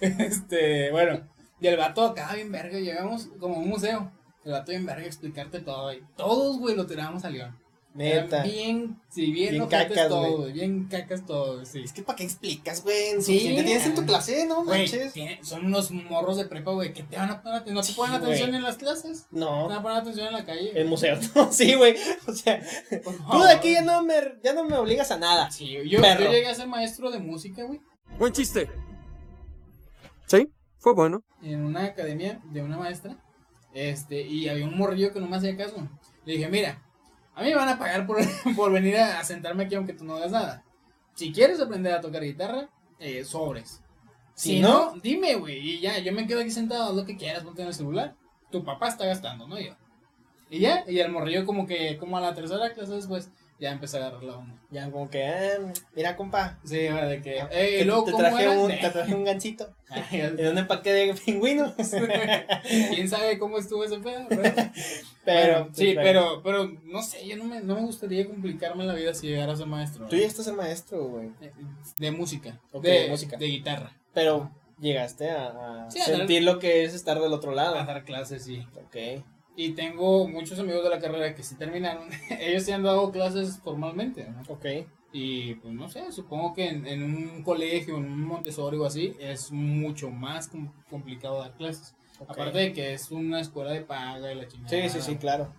Speaker 1: Este, bueno. Y el vato acá, bien verga, llegamos como a un museo. El vato bien verga, explicarte todo, güey. Todos, güey, lo tirábamos al león.
Speaker 2: Neta.
Speaker 1: Bien, sí, bien,
Speaker 2: Bien
Speaker 1: ojetes
Speaker 2: cacas,
Speaker 1: todo,
Speaker 2: güey.
Speaker 1: güey. Bien cacas todo, güey, sí.
Speaker 2: Es que para qué explicas, güey,
Speaker 1: Sí.
Speaker 2: sí. te tienes en tu clase, no
Speaker 1: Güey,
Speaker 2: manches.
Speaker 1: tiene- son unos morros de prepa, güey, que te van a poner atención. No te ponen
Speaker 2: güey.
Speaker 1: atención en las clases. No te
Speaker 2: No.
Speaker 1: van a poner atención en la calle.
Speaker 2: El museo, no, sí, güey. O sea,
Speaker 1: Por
Speaker 2: tú
Speaker 1: favor.
Speaker 2: de aquí ya no me, ya no me obligas a nada.
Speaker 1: Sí, yo, yo
Speaker 2: Perro.
Speaker 1: llegué a ser maestro de música, güey.
Speaker 8: Buen chiste. Sí, fue bueno.
Speaker 1: En una academia de una maestra. Este, y había un morrillo que no me hacía caso. Le dije, mira, a mí me van a pagar por, por venir a, a sentarme aquí aunque tú no hagas nada. Si quieres aprender a tocar guitarra, eh, sobres. Si,
Speaker 2: Si
Speaker 1: no, dime, güey, y ya, yo me quedo aquí sentado, haz lo que quieras, ponte en el celular. Tu papá está gastando, ¿no? Yo. Y ya, y el morrillo como que, como a la tercera clase después, ya empecé a agarrar la onda.
Speaker 2: Ya como que, eh, mira compa.
Speaker 1: Sí, ahora de que,
Speaker 2: Ah,
Speaker 1: "Ey,
Speaker 2: te-
Speaker 1: loco,
Speaker 2: te,
Speaker 1: ¿cómo
Speaker 2: traje
Speaker 1: eras?"
Speaker 2: un, te traje un gancito
Speaker 1: Ay, ya-
Speaker 2: en un empaque de pingüinos.
Speaker 1: ¿Quién sabe cómo estuvo ese pedo? Pero,
Speaker 2: pero,
Speaker 1: sí, pero, pero no sé, yo no me, no me gustaría complicarme la vida si llegara a ser maestro.
Speaker 2: Tú ya estás el maestro, güey.
Speaker 1: De música.
Speaker 2: Ok,
Speaker 1: de
Speaker 2: de música.
Speaker 1: De guitarra.
Speaker 2: Pero llegaste a, a
Speaker 1: Sí, a dar-
Speaker 2: sentir lo que es estar del otro lado.
Speaker 1: A dar clases, sí.
Speaker 2: Ok.
Speaker 1: Y tengo muchos amigos de la carrera que sí terminaron. Ellos sí han dado clases formalmente. ¿no?
Speaker 2: Ok.
Speaker 1: Y pues no sé, supongo que en, en un colegio, en un Montessori o así, es mucho más com- complicado dar clases.
Speaker 2: ok.
Speaker 1: Aparte de que es una escuela de paga y la chingada.
Speaker 2: Sí, sí, sí, claro.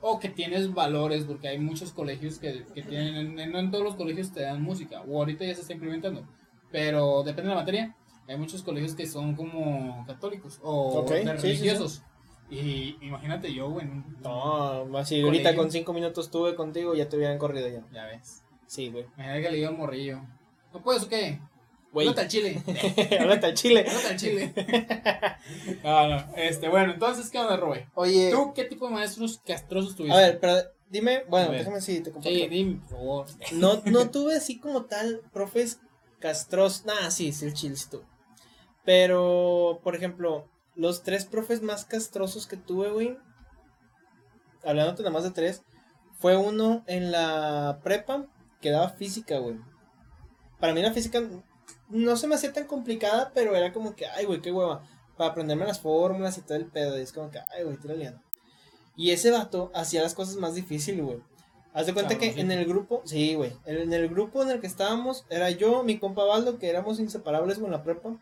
Speaker 1: O que tienes valores, porque hay muchos colegios que, que tienen, en- no en todos los colegios te dan música, o ahorita ya se está implementando, pero depende de la materia. Hay muchos colegios que son como católicos o
Speaker 2: Ok,
Speaker 1: de
Speaker 2: sí, sí, sí.
Speaker 1: religiosos. Y imagínate yo, güey. en un-
Speaker 2: No, así
Speaker 1: Colegio.
Speaker 2: ahorita con cinco minutos tuve contigo ya te hubieran corrido ya.
Speaker 1: Ya ves.
Speaker 2: Sí, güey.
Speaker 1: Imagínate que le digo al morrillo. ¿No puedes o qué?
Speaker 2: Güey,
Speaker 1: Plata al chile.
Speaker 2: háblate al chile.
Speaker 1: Plata al chile. no, no. Este, bueno, entonces, ¿qué onda, Robe?
Speaker 2: Oye,
Speaker 1: ¿Tú qué tipo de maestros castrosos tuviste?
Speaker 2: a ver, pero dime,
Speaker 1: A
Speaker 2: bueno,
Speaker 1: ver.
Speaker 2: déjame si te comparto.
Speaker 1: Sí, dime, por favor. Eh,
Speaker 2: No, no tuve así como tal profes castros. Nah, sí, sí, el chile sí tuve. Pero, por ejemplo, los tres profes más castrosos que tuve, güey, hablándote nada más de tres, fue uno en la prepa que daba física, güey. Para mí la física no se me hacía tan complicada, pero era como que, ay, güey, qué hueva. Para aprenderme las fórmulas y todo el pedo. Y es como que, ay, güey, tira liando. Y ese vato hacía las cosas más difíciles, güey. Haz de cuenta
Speaker 1: Cabrón,
Speaker 2: que
Speaker 1: sí.
Speaker 2: en el grupo, sí, güey, en el grupo en el que estábamos, era yo, mi compa Baldo, que éramos inseparables con la prepa.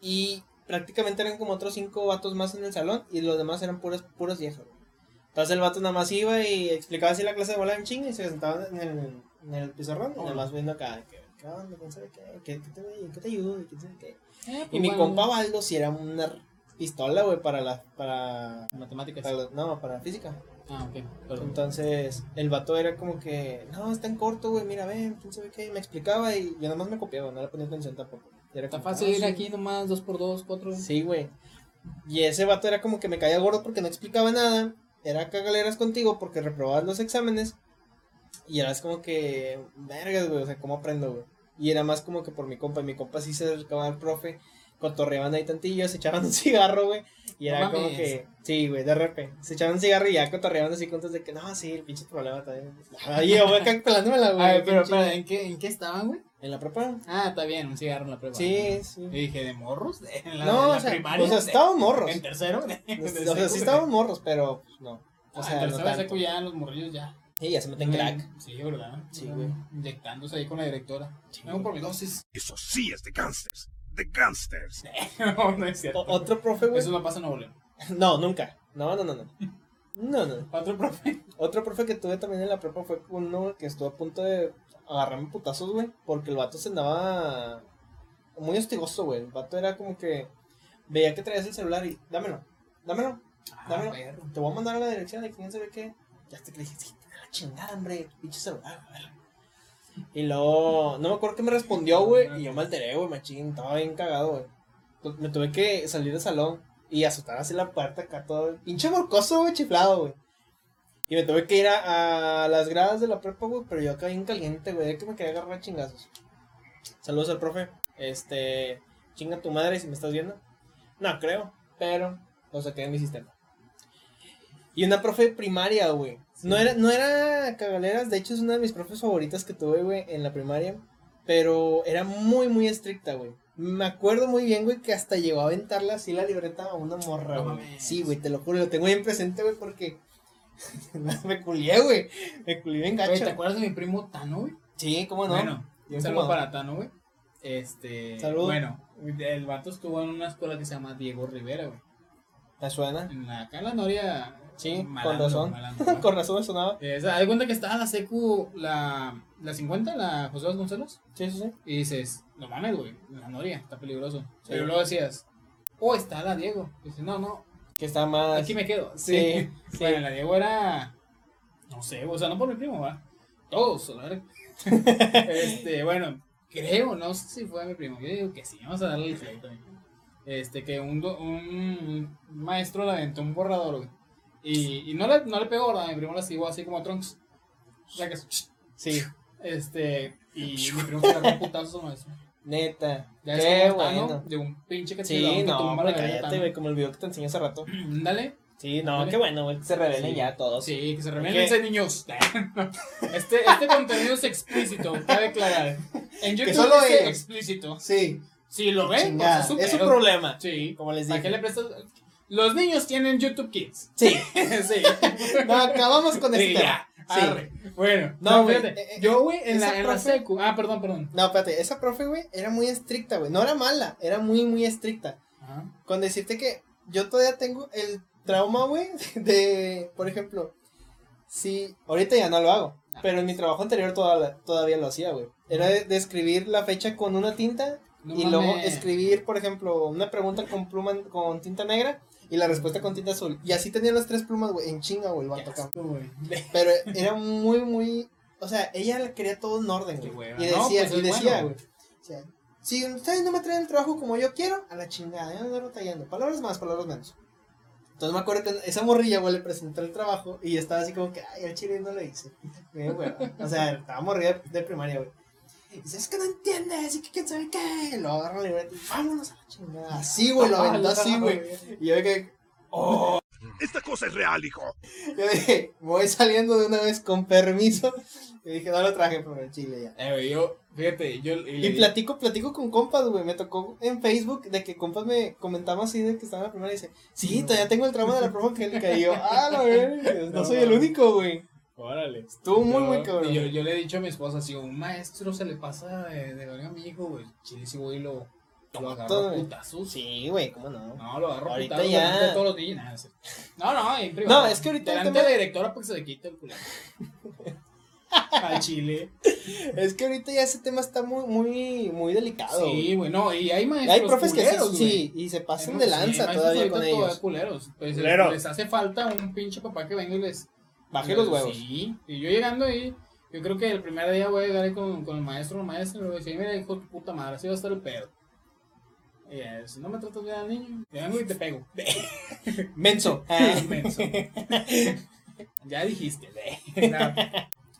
Speaker 2: Y prácticamente eran como otros cinco vatos más en el salón y los demás eran puras, puras viejas, güey. Entonces el vato nada más iba y explicaba así la clase de bola en chinga y se sentaba en el, en el pizarrón, y nada más viendo acá, de que, ¿qué onda? ¿Quién sabe qué? ¿Qué, qué te, qué te ayudo? ¿Y quién sabe qué?
Speaker 1: Eh,
Speaker 2: Y
Speaker 1: pues,
Speaker 2: mi
Speaker 1: bueno,
Speaker 2: compa Baldo si era una pistola, güey, para la, para,
Speaker 1: Matemáticas.
Speaker 2: para la- no, para la física.
Speaker 1: Ah, ok. Perdón.
Speaker 2: Entonces, el vato era como que, no, está en corto, güey, mira, ven, quién sabe qué, y me explicaba y yo nada más me copiaba, no le ponía atención tampoco. Y era
Speaker 1: Está
Speaker 2: como,
Speaker 1: fácil
Speaker 2: ah,
Speaker 1: ir
Speaker 2: sí.
Speaker 1: aquí nomás, dos por dos, cuatro.
Speaker 2: Sí, güey. Y ese vato era como que me caía gordo porque no explicaba nada. Era cagaleras contigo porque reprobabas los exámenes. Y eras como que, vergas, güey, o sea, ¿cómo aprendo, güey? Y era más como que por mi compa. Y mi compa sí se acercaba al profe, cotorreaban ahí tantillo, se echaban un cigarro, güey. Y
Speaker 1: No
Speaker 2: era como
Speaker 1: mames.
Speaker 2: que, sí, güey, de repente. Se echaban un cigarro y ya cotorreaban así juntos de que, no, sí, el pinche problema también. Ahí, yo voy acá pelándomela, güey.
Speaker 1: A ver, pero,
Speaker 2: pinche-
Speaker 1: pero, ¿en qué, ¿en qué estaban, güey?
Speaker 2: ¿En la prepa?
Speaker 1: Ah, está bien, un cigarro en la prueba.
Speaker 2: Sí, sí.
Speaker 1: Y dije, ¿de morros? ¿En la,
Speaker 2: No,
Speaker 1: en la
Speaker 2: o sea,
Speaker 1: primaria?
Speaker 2: o sea, estábamos morros.
Speaker 1: ¿En tercero?
Speaker 2: O sea, sí estábamos morros, pero pues, no. O
Speaker 1: Ah,
Speaker 2: sea,
Speaker 1: en
Speaker 2: no
Speaker 1: tercero de
Speaker 2: tanto.
Speaker 1: seco ya, los morrillos ya.
Speaker 2: Sí, ya se meten crack.
Speaker 1: Sí, ¿verdad?
Speaker 2: Sí, güey.
Speaker 1: Inyectándose ahí con la directora. Vengo por mi dosis.
Speaker 9: Eso sí es de gangsters. De gangsters.
Speaker 1: no, no es cierto.
Speaker 2: O- otro profe, güey.
Speaker 1: Eso no pasa en Nuevo
Speaker 2: No, nunca. No, no, no, no. No, no.
Speaker 1: Otro profe.
Speaker 2: Otro profe que tuve también en la prepa fue uno que estuvo a punto de agarrarme putazos, güey. Porque el vato se andaba muy hostigoso, güey. El vato era como que veía que traías el celular y dámelo, dámelo, dámelo.
Speaker 1: perro.
Speaker 2: te voy a mandar a la dirección de quién sabe qué. Ya hasta que le dije, sí, a la chingada, hombre, pinche celular, a ver. Y luego, no me acuerdo qué me respondió, güey. Y yo me alteré, güey, machín, estaba bien cagado, güey. Pues, Me tuve que salir del salón y azotar así la puerta acá todo. Pinche morcoso, güey, chiflado, güey. Y me tuve que ir a, a las gradas de la prepa, güey, pero yo acá bien caliente, güey, de que me quería agarrar a chingazos. Saludos al profe. Este, chinga tu madre si me estás viendo. No creo, pero lo saqué de mi sistema. Y una profe de primaria, güey. No era, no era cagaleras, de hecho es una de mis profes favoritas que tuve, güey, en la primaria. Pero era muy, muy estricta, güey. Me acuerdo muy bien, güey, que hasta llegó a aventarle así la libreta a una morra,
Speaker 1: No
Speaker 2: güey.
Speaker 1: mames.
Speaker 2: Sí, güey, te lo juro, lo tengo bien presente, güey, porque me culié, güey. Me culié bien
Speaker 1: Oye, ¿te
Speaker 2: gacho.
Speaker 1: acuerdas de mi primo Tano, güey?
Speaker 2: Sí, cómo no.
Speaker 1: Bueno,
Speaker 2: Bien
Speaker 1: un saludo
Speaker 2: fumado.
Speaker 1: para Tano, güey. Este.
Speaker 2: Salud.
Speaker 1: Bueno, el vato estuvo en una escuela que se llama Diego Rivera, güey.
Speaker 2: ¿Me suena?
Speaker 1: En la, acá en la Noria.
Speaker 2: Sí, con
Speaker 1: malandro,
Speaker 2: razón.
Speaker 1: malandro, güey.
Speaker 2: Con razón me sonaba.
Speaker 1: Eh, o sea, Hay cuenta que estaba la secu, la, la 50, la José Vasconcelos.
Speaker 2: Sí, sí, sí.
Speaker 1: Y dices, no mames, güey, la noria, está peligroso.
Speaker 2: Sí.
Speaker 1: Pero luego decías, oh, está la Diego. Y dices, no, no,
Speaker 2: Que está más.
Speaker 1: aquí me quedo.
Speaker 2: Sí, sí.
Speaker 1: Bueno, la Diego era, no sé, o sea, no por mi primo, va. Todos, a la verga. este, bueno, creo, no sé si fue mi primo. Yo digo que sí, vamos a darle el crédito. güey. Este, que un, do- un maestro le aventó un borrador, güey. Y, y no, le, no le pegó, ¿verdad? Mi primo la siguió así como a Trunks. saca su-
Speaker 2: Sí,
Speaker 1: Este, y mi primo se agarró un putazo con eso.
Speaker 2: neta.
Speaker 1: Ya
Speaker 2: Qué
Speaker 1: es como un
Speaker 2: bueno.
Speaker 1: tano de un pinche que te
Speaker 2: Sí,
Speaker 1: lo
Speaker 2: no,
Speaker 1: tumba
Speaker 2: hombre,
Speaker 1: la verga
Speaker 2: cállate, güey,
Speaker 1: tano.
Speaker 2: como el video que te enseñé hace rato.
Speaker 1: Dale.
Speaker 2: Sí, no,
Speaker 1: Ándale.
Speaker 2: qué bueno, güey, que se revelen
Speaker 1: Sí.
Speaker 2: ya todos.
Speaker 1: Sí, que se
Speaker 2: Ok.
Speaker 1: revelen ese niños. Este, este contenido es explícito, cabe aclarar. En YouTube
Speaker 2: solo
Speaker 1: dice
Speaker 2: ellos.
Speaker 1: explícito.
Speaker 10: Sí.
Speaker 1: Si lo ven, pues
Speaker 10: Chingada,
Speaker 1: es su
Speaker 2: Es un
Speaker 1: pedo.
Speaker 2: problema.
Speaker 1: Sí.
Speaker 2: Como les
Speaker 1: ¿Para qué
Speaker 2: dije.
Speaker 1: le prestas? Los niños tienen YouTube Kids.
Speaker 2: Sí.
Speaker 1: sí.
Speaker 2: No, acabamos con
Speaker 1: Sí,
Speaker 2: este
Speaker 1: ya.
Speaker 2: tema. Sí.
Speaker 1: Arre. Bueno,
Speaker 2: No,
Speaker 1: no,
Speaker 2: güey,
Speaker 1: fíjate,
Speaker 2: eh, eh,
Speaker 1: yo, güey, en
Speaker 2: esa
Speaker 1: la, en la
Speaker 2: profe-
Speaker 1: secu. Ah, perdón, perdón.
Speaker 2: No, espérate, esa profe, güey, era muy estricta, güey. No era mala, era muy, muy estricta.
Speaker 1: Ajá.
Speaker 2: Con decirte que yo todavía tengo el trauma, güey, de, por ejemplo, si, ahorita ya no lo hago,
Speaker 1: Ah.
Speaker 2: pero en mi trabajo anterior toda- todavía lo hacía, güey. Era de, de escribir la fecha con una tinta
Speaker 1: No
Speaker 2: y luego
Speaker 1: mames.
Speaker 2: escribir, por ejemplo, una pregunta con pluma, con tinta negra y la respuesta con tinta azul. Y así tenía las tres plumas, güey, en chinga, güey, el
Speaker 1: Qué
Speaker 2: vato, cabrón.
Speaker 1: asco, güey.
Speaker 2: Pero era muy, muy. O sea, ella la quería todo en orden,
Speaker 1: Qué
Speaker 2: güey.
Speaker 1: hueva.
Speaker 2: Y
Speaker 1: No,
Speaker 2: decía,
Speaker 1: pues,
Speaker 2: y
Speaker 1: es
Speaker 2: decía,
Speaker 1: bueno,
Speaker 2: güey. o sea, si ustedes no me traen el trabajo como yo quiero, a la chingada, ya no andarlo tallando. Palabras más, palabras menos. Entonces me acuerdo que esa morrilla, güey, le presentó el trabajo y estaba así como que, ay, el chile no lo hice. Me dio hueva. O sea, estaba morrida de primaria, güey. Y dice, es que no entiendes, y que quién sabe qué. Y lo agarra el libreto y vámonos a la chingada. Así, güey, lo aventó así, güey. Y yo de que,
Speaker 9: Esta cosa es real, hijo.
Speaker 2: yo dije, voy saliendo de una vez con permiso. Y dije, no lo traje por el chile ya.
Speaker 1: Eh, güey, yo, fíjate, yo. Y, le
Speaker 2: Y
Speaker 1: di-
Speaker 2: platico, platico con compas, güey. Me tocó en Facebook de que compas me comentaban así de que estaba en la primera y dice, sí, todavía tengo el trauma de la profe Angélica. Y yo, ah, la verga, no,
Speaker 1: No,
Speaker 2: soy el
Speaker 1: no.
Speaker 2: único, güey.
Speaker 1: Órale.
Speaker 2: Estuvo muy,
Speaker 1: No,
Speaker 2: muy
Speaker 1: y Yo,
Speaker 2: cabrón.
Speaker 1: yo le he dicho a mi esposa, si un maestro se le pasa de, de verga a mi hijo, güey, chile si voy y lo, lo agarro
Speaker 2: todo,
Speaker 1: a
Speaker 2: güey.
Speaker 1: putazos.
Speaker 2: Sí, güey, ¿cómo no?
Speaker 1: No, lo agarro a
Speaker 2: Ahorita
Speaker 1: putazos
Speaker 2: ya.
Speaker 1: delante de todos los niños. nada, sí. No, no, en privado.
Speaker 2: No, es que ahorita el
Speaker 1: Delante
Speaker 2: tema-
Speaker 1: de la directora porque se le quita el culo. Al chile.
Speaker 2: Es que ahorita ya ese tema está muy, muy, muy delicado.
Speaker 1: Sí,
Speaker 2: güey.
Speaker 1: güey, no, y hay maestros
Speaker 2: Hay profes que
Speaker 1: culeros,
Speaker 2: sí,
Speaker 1: güey.
Speaker 2: sí, y se
Speaker 1: Hay
Speaker 2: pasan de
Speaker 1: profes- sí,
Speaker 2: lanza
Speaker 1: hay maestros
Speaker 2: todavía
Speaker 1: ahorita
Speaker 2: con
Speaker 1: todavía
Speaker 2: ellos.
Speaker 1: culeros. Pues,
Speaker 2: Culero.
Speaker 1: Les hace falta un pinche papá que venga y les
Speaker 2: Baje los huevos.
Speaker 1: Sí, y yo llegando ahí, yo creo que el primer día voy a llegar ahí con, con el maestro, el maestro, y le voy a decir, mira, hijo de tu puta madre, así va a estar el pedo. Y él, si no me tratas bien al niño, te vengo y te pego. Ah,
Speaker 2: Menso.
Speaker 1: Menso. ya dijiste. No.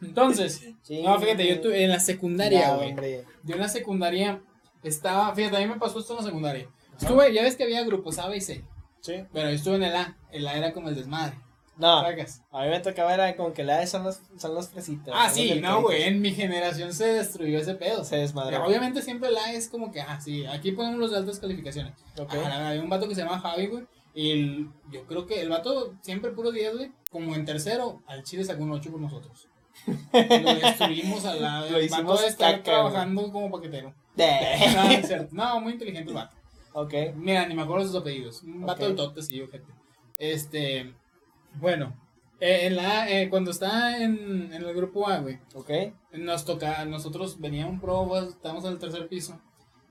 Speaker 1: Entonces,
Speaker 2: Sí.
Speaker 1: no, fíjate, yo tu- en la secundaria,
Speaker 2: No,
Speaker 1: güey.
Speaker 2: hombre.
Speaker 1: Yo en la secundaria estaba, fíjate, a mí me pasó esto en la secundaria. Estuve, ya ves que había grupos A, B y C.
Speaker 2: Sí. Ah.
Speaker 1: Pero yo estuve en el A. El A era como el desmadre.
Speaker 2: No,
Speaker 1: Sacas.
Speaker 2: A mí me tocaba era como que la de son los, son los fresitas.
Speaker 1: Ah,
Speaker 2: son
Speaker 1: sí,
Speaker 2: los
Speaker 1: no,
Speaker 2: delicaditos.
Speaker 1: güey, en mi generación se destruyó ese pedo.
Speaker 2: Se desmadró.
Speaker 1: Pero obviamente siempre la es como que, ah, sí, aquí ponemos los de altas calificaciones.
Speaker 2: Ok.
Speaker 1: Ah, la verdad, había un vato que se llama Javi, güey, y el- yo creo que el vato siempre puro 10, güey, como en tercero, al Chile sacó un 8 por nosotros. Lo destruimos a la...
Speaker 2: Lo
Speaker 1: el vato
Speaker 2: hicimos
Speaker 1: de estar
Speaker 2: caca,
Speaker 1: trabajando como paquetero.
Speaker 2: De-
Speaker 1: No, es cierto. No, muy inteligente el vato.
Speaker 2: ok.
Speaker 1: Mira, ni me acuerdo sus apellidos. Un vato
Speaker 2: Ok.
Speaker 1: del tote, sí, gente. Este, bueno, eh, en la, eh, cuando está en, en el grupo A, güey,
Speaker 2: Ok.
Speaker 1: nos toca, nosotros venía un probas, estábamos en el tercer piso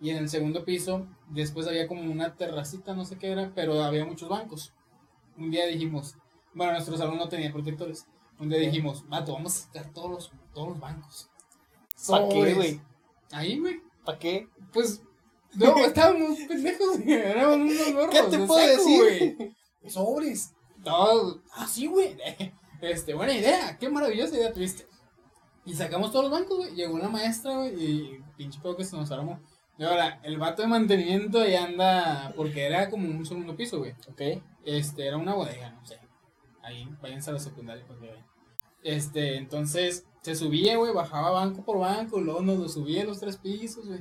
Speaker 1: y en el segundo piso después había como una terracita, no sé qué era, pero había muchos bancos. Un día dijimos, bueno, nuestro salón no tenía protectores. Un día dijimos, vato, vamos a sacar todos los, todos los bancos.
Speaker 2: ¿Para qué,
Speaker 1: Sobres.
Speaker 2: güey?
Speaker 1: Ahí, güey,
Speaker 2: ¿Para qué?
Speaker 1: pues, no, estábamos pendejos, güey, éramos unos gorros.
Speaker 2: ¿Qué te puedo decir?
Speaker 1: Sobres. Todo, así, ah, güey. Este, buena idea, qué maravillosa idea tuviste. Y sacamos todos los bancos, güey. Llegó una maestra, güey, y pinche pedo que se nos armó. Y ahora, el vato de mantenimiento ahí anda, porque era como un segundo piso, güey.
Speaker 2: Ok.
Speaker 1: Este, era una bodega, no sé. Ahí, váyanse a la secundaria porque vean. Este, entonces, se subía, güey, bajaba banco por banco, luego nos lo subía a los tres pisos, güey.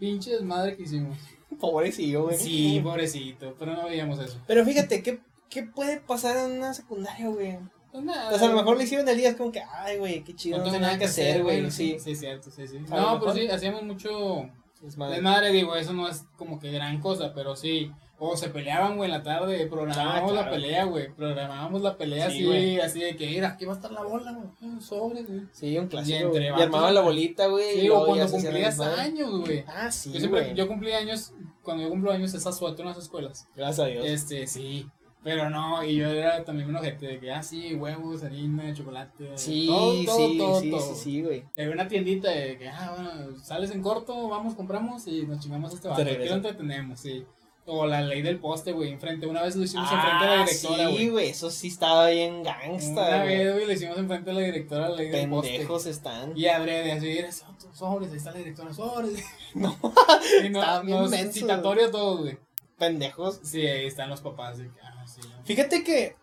Speaker 1: Pinche desmadre que hicimos.
Speaker 2: Pobrecillo, güey.
Speaker 1: Sí, pobrecito, pero no veíamos eso.
Speaker 2: Pero fíjate, ¿qué, ¿qué puede pasar en una secundaria, güey?
Speaker 1: Pues nada,
Speaker 2: O sea, a lo mejor le hicieron el día, es como que, ay, güey, qué chido, no, tengo nada que hacer, güey. Sí.
Speaker 1: Sí, cierto, sí, sí.
Speaker 2: A lo
Speaker 1: No, pero
Speaker 2: mejor.
Speaker 1: sí, hacíamos mucho
Speaker 2: Desmadre.
Speaker 1: desmadre, digo, eso no es como que gran cosa, pero sí. O se peleaban, güey, en la tarde, programábamos
Speaker 2: Ah, claro.
Speaker 1: la pelea, güey. Programábamos la pelea
Speaker 2: Sí,
Speaker 1: así,
Speaker 2: güey.
Speaker 1: así de que, mira, aquí va a estar la bola, güey. Un sobre, güey.
Speaker 2: Sí, un
Speaker 1: Y
Speaker 2: clásico.
Speaker 1: entre
Speaker 2: güey. Y,
Speaker 1: vatos,
Speaker 2: armaban la bolita, güey. y
Speaker 1: Sí,
Speaker 2: luego
Speaker 1: o
Speaker 2: ya
Speaker 1: cuando
Speaker 2: se hacían el
Speaker 1: cumplías
Speaker 2: desmadre.
Speaker 1: años, güey.
Speaker 2: Ah, sí,
Speaker 1: Yo siempre,
Speaker 2: güey.
Speaker 1: yo cumplí años, cuando yo cumplo años es asuato en las escuelas.
Speaker 2: Gracias a Dios.
Speaker 1: Este, sí. Pero no, y yo era también un ojete de que, ah, sí, huevos, harina, chocolate.
Speaker 2: Sí,
Speaker 1: todo, todo,
Speaker 2: sí,
Speaker 1: todo,
Speaker 2: sí,
Speaker 1: todo.
Speaker 2: sí, sí, güey.
Speaker 1: Y Había una tiendita de que, ah, bueno, sales en corto, vamos, compramos y nos chingamos a este
Speaker 2: Te
Speaker 1: vato. Aquí
Speaker 2: regresas.
Speaker 1: lo entretenemos, sí. O la ley del poste, güey, enfrente. Una vez lo hicimos enfrente de la directora,
Speaker 2: Ah, sí,
Speaker 1: güey.
Speaker 2: güey, eso sí estaba bien
Speaker 1: Una
Speaker 2: gangsta, güey.
Speaker 1: vez, güey, lo hicimos enfrente de la directora la ley del poste.
Speaker 2: Pendejos están.
Speaker 1: Y adrede, así, era, so- sobres, ahí está la directora, sobres.
Speaker 2: No,
Speaker 1: Y
Speaker 2: Está
Speaker 1: no,
Speaker 2: bien
Speaker 1: nos-
Speaker 2: menso,
Speaker 1: citatorio todo, güey.
Speaker 2: pendejos.
Speaker 1: Sí, ahí están los papás. De, que, ah, sí.
Speaker 2: Fíjate que.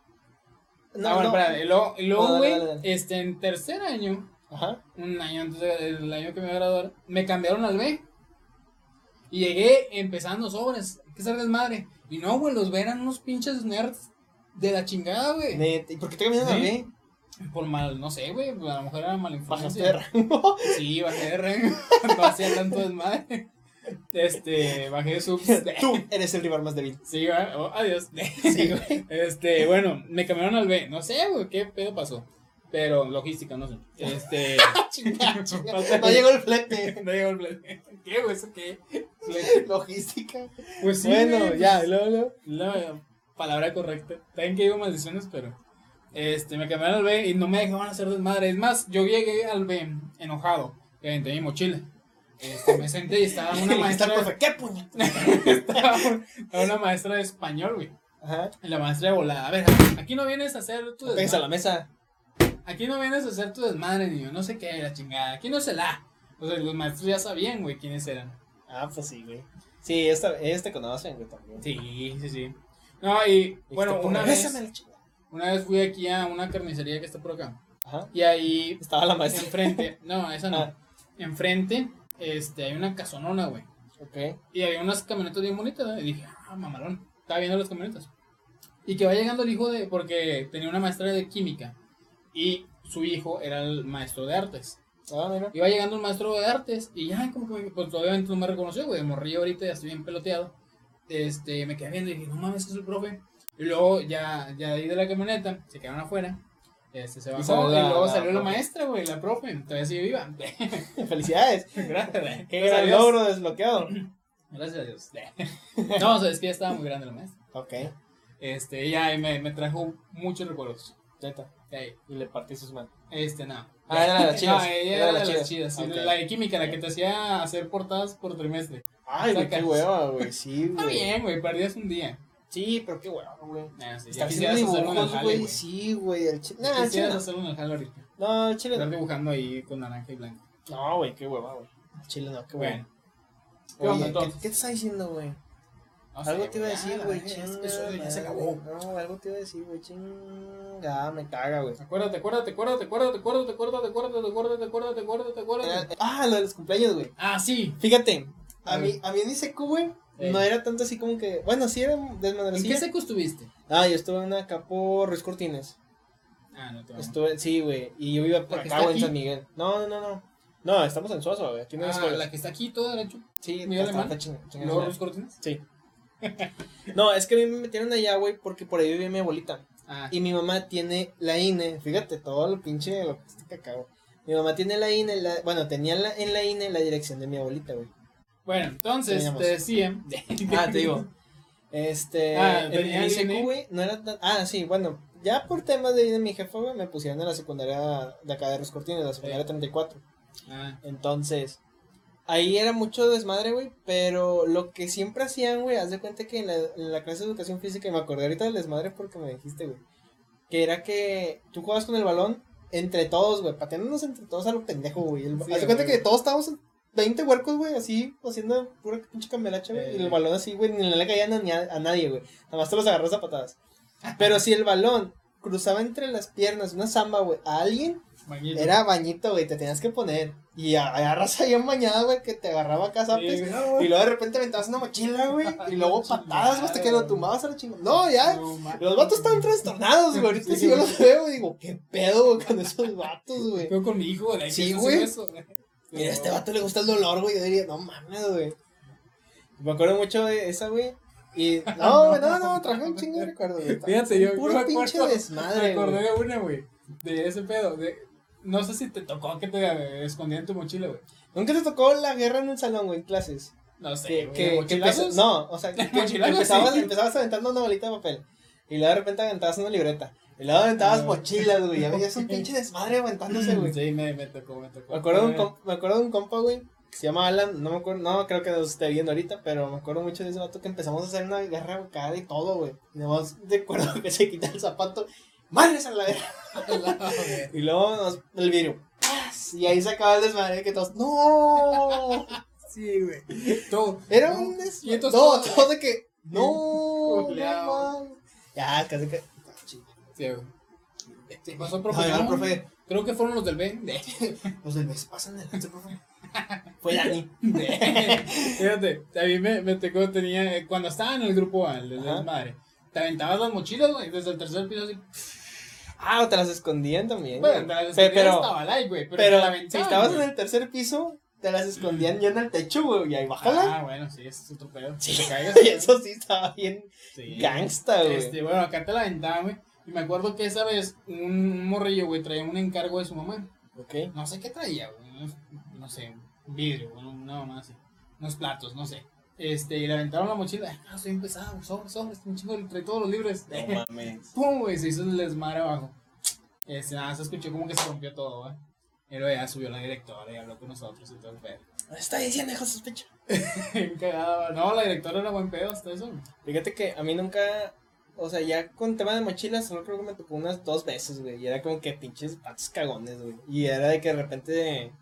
Speaker 2: No,
Speaker 1: ah, bueno,
Speaker 2: no.
Speaker 1: espérate, y luego- Y
Speaker 2: No,
Speaker 1: luego,
Speaker 2: dale,
Speaker 1: güey,
Speaker 2: dale, dale.
Speaker 1: este, en tercer año,
Speaker 2: Ajá.
Speaker 1: un año antes de- del año que me gradué, me cambiaron al B. Y llegué empezando sobres. Hay que ser desmadre. Y no, güey, los B eran unos pinches nerds de la chingada, güey.
Speaker 2: Neta, ¿Y por qué te cambiaron a
Speaker 1: Sí.
Speaker 2: B?
Speaker 1: Por mal, no sé, güey, pues, a lo mejor era mala
Speaker 2: Bajaste
Speaker 1: influencia.
Speaker 2: de rango.
Speaker 1: Sí, bajé de rango. no hacía tanto desmadre. Este, bajé de subs.
Speaker 2: Tú eres el rival más débil.
Speaker 1: Sí, va, oh, adiós.
Speaker 2: Sí, güey.
Speaker 1: Este, bueno, me cambiaron al B. No sé, güey, qué pedo pasó. Pero logística, no sé. Este.
Speaker 2: Ah, Chinga, chinga.
Speaker 1: Pasa-
Speaker 2: No llegó el flete.
Speaker 1: no llegó el plan. ¿Qué, güey? ¿Eso qué?
Speaker 2: Logística.
Speaker 1: Pues sí. güey,
Speaker 2: bueno,
Speaker 1: pues,
Speaker 2: ya, luego, luego.
Speaker 1: La palabra correcta. También que digo maldiciones, pero. Este, me cambiaron al B y no me dejaban hacer desmadre. Es más, yo llegué al B enojado. Que aventé mi mochila. Este, me senté y estaba
Speaker 2: Y le
Speaker 1: una
Speaker 2: dije al
Speaker 1: maestra.
Speaker 2: profe, ¿Qué puño?
Speaker 1: estaba una maestra de español, güey.
Speaker 2: Ajá.
Speaker 1: Y La maestra de volada. A ver, aquí no vienes a hacer tu
Speaker 2: Pégase a la
Speaker 1: desmadre.
Speaker 2: mesa.
Speaker 1: Aquí no vienes a hacer tu desmadre, niño. No sé qué, la chingada. Aquí no se la. O sea, los maestros ya sabían, güey, quiénes eran.
Speaker 2: Ah, pues sí, güey. Sí, esta, este conocen, güey, también.
Speaker 1: Sí, sí, sí. No, y bueno,
Speaker 2: Este,
Speaker 1: una
Speaker 2: regrésame
Speaker 1: vez,
Speaker 2: la chingada.
Speaker 1: una vez fui aquí a una carnicería que está por acá.
Speaker 2: Ajá.
Speaker 1: Y ahí,
Speaker 2: Estaba la maestra.
Speaker 1: enfrente, no, esa no.
Speaker 2: Ah.
Speaker 1: Enfrente, este, hay una casonona, güey.
Speaker 2: Ok.
Speaker 1: Y había unas camionetas bien bonitas, ¿no? Y dije, ah, mamalón, estaba viendo las camionetas. Y que va llegando el hijo de, porque tenía una maestra de química y su hijo era el maestro de artes.
Speaker 2: Ah, mira.
Speaker 1: Iba llegando un maestro de artes y ya, como que, me- pues obviamente no me reconoció, güey, morrí ahorita, ya estoy bien peloteado. Este, me quedé viendo y dije, no mames, que es el profe. Y luego ya, ya de ahí de la camioneta, se quedaron afuera. Este, se bajó y,
Speaker 2: salió la-
Speaker 1: luego
Speaker 2: la
Speaker 1: salió la,
Speaker 2: profe.
Speaker 1: maestra, güey, la profe, todavía sigue viva.
Speaker 2: Felicidades.
Speaker 1: Gracias.
Speaker 2: Qué gran logro desbloqueado.
Speaker 1: Gracias a Dios. No, o sea, es que ya estaba muy grande la maestra.
Speaker 2: Ok.
Speaker 1: Este, ya y me, me trajo muchos recuerdos.
Speaker 2: Neta.
Speaker 1: Ey,
Speaker 2: Y le partí sus manos.
Speaker 1: Este, no.
Speaker 2: Ah, era de las chidas.
Speaker 1: No, ella era de las chidas. sí,
Speaker 2: Ok.
Speaker 1: La de química, la que te hacía hacer portadas por trimestre.
Speaker 2: Ay, güey, qué
Speaker 1: Sacas.
Speaker 2: hueva, güey. Sí,
Speaker 1: Está
Speaker 2: güey.
Speaker 1: bien, güey, perdías un día.
Speaker 2: Sí, pero qué hueva, güey.
Speaker 1: Ah, sí, ya
Speaker 2: Está haciendo
Speaker 1: quisieras hacerlo en el
Speaker 2: dibujos,
Speaker 1: jale,
Speaker 2: güey.
Speaker 1: güey.
Speaker 2: Sí, güey. El chile.
Speaker 1: Ya
Speaker 2: Nah, el chile
Speaker 1: Quisieras
Speaker 2: no.
Speaker 1: hacerlo en el jale ahorita.
Speaker 2: No, el chile
Speaker 1: Estar
Speaker 2: no.
Speaker 1: dibujando ahí con naranja y blanco.
Speaker 2: No, güey, qué hueva, güey. El chile no, qué hueva.
Speaker 1: Bueno. ¿Qué onda,
Speaker 2: Oye, ¿qué,
Speaker 1: entonces?
Speaker 2: ¿qué te está diciendo, güey?
Speaker 1: No sé,
Speaker 2: algo te iba a
Speaker 1: güey,
Speaker 2: decir,
Speaker 1: ya,
Speaker 2: güey.
Speaker 1: ya, este
Speaker 2: chinga
Speaker 1: episodio ya se
Speaker 2: madre.
Speaker 1: acabó.
Speaker 2: No, algo te iba a decir, güey. Chinga, me caga, güey.
Speaker 1: Acuérdate, acuérdate, acuérdate, acuérdate, acuérdate, acuérdate, acuérdate, acuérdate, acuérdate, acuérdate, acuérdate.
Speaker 2: Ah, lo de los cumpleaños, güey.
Speaker 1: Ah, sí.
Speaker 2: Fíjate,
Speaker 1: A
Speaker 2: a
Speaker 1: ver.
Speaker 2: mí, a mí en mi secu, güey,
Speaker 1: Ey.
Speaker 2: no era tanto así como que. Bueno, sí era
Speaker 1: ¿En qué
Speaker 2: desmadrecilla.
Speaker 1: seco estuviste?
Speaker 2: Ah, yo estuve en una acá por Ruiz Cortines.
Speaker 1: Ah, no te
Speaker 2: Estuve, sí, güey. Y yo iba por
Speaker 1: ¿La que
Speaker 2: acá,
Speaker 1: está
Speaker 2: güey, en
Speaker 1: aquí?
Speaker 2: San Miguel. No, no, no, no. No, estamos en Suazo, güey. Aquí no hay
Speaker 1: Ah,
Speaker 2: escuelas.
Speaker 1: la que está aquí toda derecho.
Speaker 2: Sí,
Speaker 1: Miguel
Speaker 2: está-
Speaker 1: Alemán.
Speaker 2: está chinga- chinga-
Speaker 1: Luego
Speaker 2: chinga.
Speaker 1: los cortines.
Speaker 2: Sí. No, es que a mí me metieron allá, güey, porque por ahí vivía mi abuelita.
Speaker 1: Ah,
Speaker 2: Y mi mamá tiene la INE, fíjate, todo lo pinche lo que este cacao. Mi mamá tiene la INE, la- bueno, tenía la- en la INE la dirección de mi abuelita, güey.
Speaker 1: bueno, entonces
Speaker 2: Teníamos.
Speaker 1: te decía.
Speaker 2: Ah, te digo. Este,
Speaker 1: Ah,
Speaker 2: en
Speaker 1: tenía
Speaker 2: mi secu,
Speaker 1: INE.
Speaker 2: güey, no era tan... Ah, sí, bueno, ya por temas de INE mi jefa, güey, me pusieron en la secundaria de acá de Los Cortines, la secundaria
Speaker 1: Sí.
Speaker 2: 34.
Speaker 1: Ah,
Speaker 2: Entonces, ahí era mucho desmadre, güey, pero lo que siempre hacían, güey, haz de cuenta que en la, en la clase de educación física, y me acordé ahorita del desmadre porque me dijiste, güey, que era que tú jugabas con el balón entre todos, güey, pateándonos entre todos a lo pendejo, güey. El-
Speaker 1: Sí,
Speaker 2: haz de cuenta
Speaker 1: güey.
Speaker 2: que todos estábamos en 20 huercos, güey, así, haciendo pura pinche cambelacha, güey, y
Speaker 1: Eh.
Speaker 2: el balón así, güey, ni le caían a, ni a, a nadie, güey, nada más te los agarras a patadas. Pero si el balón cruzaba entre las piernas una samba, güey, a alguien,
Speaker 1: bañito.
Speaker 2: era bañito, güey, te tenías que poner. Y a- agarras ahí un bañado, güey, que te agarraba acá,
Speaker 1: Sí,
Speaker 2: zapes.
Speaker 1: no,
Speaker 2: y
Speaker 1: güey.
Speaker 2: luego de repente aventabas una mochila, güey. Y luego
Speaker 1: Chingada,
Speaker 2: patadas, güey, hasta que lo
Speaker 1: güey.
Speaker 2: tumbabas a la chingada. No, ya.
Speaker 1: No, ma-
Speaker 2: Los vatos estaban trastornados, güey. Ahorita
Speaker 1: Sí,
Speaker 2: si yo
Speaker 1: güey.
Speaker 2: los veo, digo, qué pedo, güey, con esos vatos, güey.
Speaker 1: Fue con mi hijo, de ahí
Speaker 2: Sí,
Speaker 1: que hizo
Speaker 2: güey.
Speaker 1: eso, güey.
Speaker 2: Mira, a este vato le gusta el dolor, güey. Yo diría, no mames, güey. Me acuerdo mucho de esa, güey. Y no, güey, no, no, traje un chingo de recuerdos, güey.
Speaker 1: Fíjate, yo.
Speaker 2: Puro
Speaker 1: yo me
Speaker 2: pinche
Speaker 1: acuerdo- Me
Speaker 2: desmadre,
Speaker 1: acordé
Speaker 2: güey.
Speaker 1: de una, güey. De ese pedo. De, no sé si te tocó que te escondían tu mochila, güey.
Speaker 2: Nunca te tocó la guerra en el salón, güey, en clases.
Speaker 1: No sé.
Speaker 2: que,
Speaker 1: güey,
Speaker 2: que- que
Speaker 1: ¿mochilazos?
Speaker 2: empezó- no, o sea, que
Speaker 1: Mochilazos,
Speaker 2: empezabas,
Speaker 1: sí.
Speaker 2: empezabas aventando una bolita de papel y luego de repente aventabas una libreta y luego aventabas
Speaker 1: Ah.
Speaker 2: mochilas, güey, ya veías un pinche desmadre aventándose, güey.
Speaker 1: Mm, Sí, me, me tocó, me tocó.
Speaker 2: Me acuerdo, de un com- me acuerdo de un compa, güey, que se llama Alan, no me acuerdo, no creo que nos esté viendo ahorita, pero me acuerdo mucho de ese vato que empezamos a hacer una guerra bocada y todo, güey. Y nomás recuerdo que se quita el zapato, madres a la verga. Y luego nos, el vidrio, ¡pas! y ahí se acaba el desmadre que todos, ¡no!
Speaker 1: Sí, güey. Todo.
Speaker 2: Era
Speaker 1: No,
Speaker 2: un
Speaker 1: y
Speaker 2: desmadre.
Speaker 1: entonces
Speaker 2: Todo,
Speaker 1: todo-
Speaker 2: todo de que, ¡no!
Speaker 1: Culeado.
Speaker 2: no mames". ya, casi que.
Speaker 1: Sí, güey. Sí, pasó, profe.
Speaker 2: Profe,
Speaker 1: No,
Speaker 2: profe,
Speaker 1: Creo que fueron los del B. De-
Speaker 2: los del mes pasan adelante, profe. Fue Dani.
Speaker 1: de- Fíjate, a mí me, me tocó, tenía, eh, cuando estaba en el grupo A, el de
Speaker 2: Ajá.
Speaker 1: desmadre, te aventabas las mochilas, güey, desde el tercer piso así. pues,
Speaker 2: Ah, te las escondían también.
Speaker 1: Bueno,
Speaker 2: güey.
Speaker 1: te las
Speaker 2: Pe-
Speaker 1: escondías,
Speaker 2: pero,
Speaker 1: estaba light, güey, pero, te
Speaker 2: pero
Speaker 1: la
Speaker 2: si
Speaker 1: aventaban,
Speaker 2: estabas en
Speaker 1: güey.
Speaker 2: el tercer piso, te las escondían ya en el techo, güey. Y ahí bájala.
Speaker 1: Ah, bueno, sí, eso es otro pedo.
Speaker 2: Sí.
Speaker 1: Te caigas.
Speaker 2: y eso sí estaba bien
Speaker 1: Sí.
Speaker 2: gangsta, güey.
Speaker 1: Este, bueno, acá te la aventaban, güey. Y me acuerdo que esa vez un, un morrillo, güey, traía un encargo de su mamá.
Speaker 2: Ok.
Speaker 1: No sé qué traía, güey. unos- No sé, un vidrio, güey, una mamá así. Unos platos, no sé. Este, y le aventaron la mochila. Ay, no, soy bien pesado, sobres, sobres, un chingo, le trae todos los libros.
Speaker 2: No mames.
Speaker 1: ¡Pum! Güey, se hizo el desmadre abajo. Este, nada, se escuchó como que se rompió todo, güey. Pero ya subió la directora y habló con nosotros y todo el pedo.
Speaker 2: Está diciendo, hijo sospecho.
Speaker 1: Bien cagada, güey. No, la directora era buen pedo hasta eso. güey.
Speaker 2: Fíjate que a mí nunca. O sea, ya con tema de mochilas, solo creo que me tocó unas dos veces, güey. Y era como que pinches patos cagones, güey. Y era de que de repente.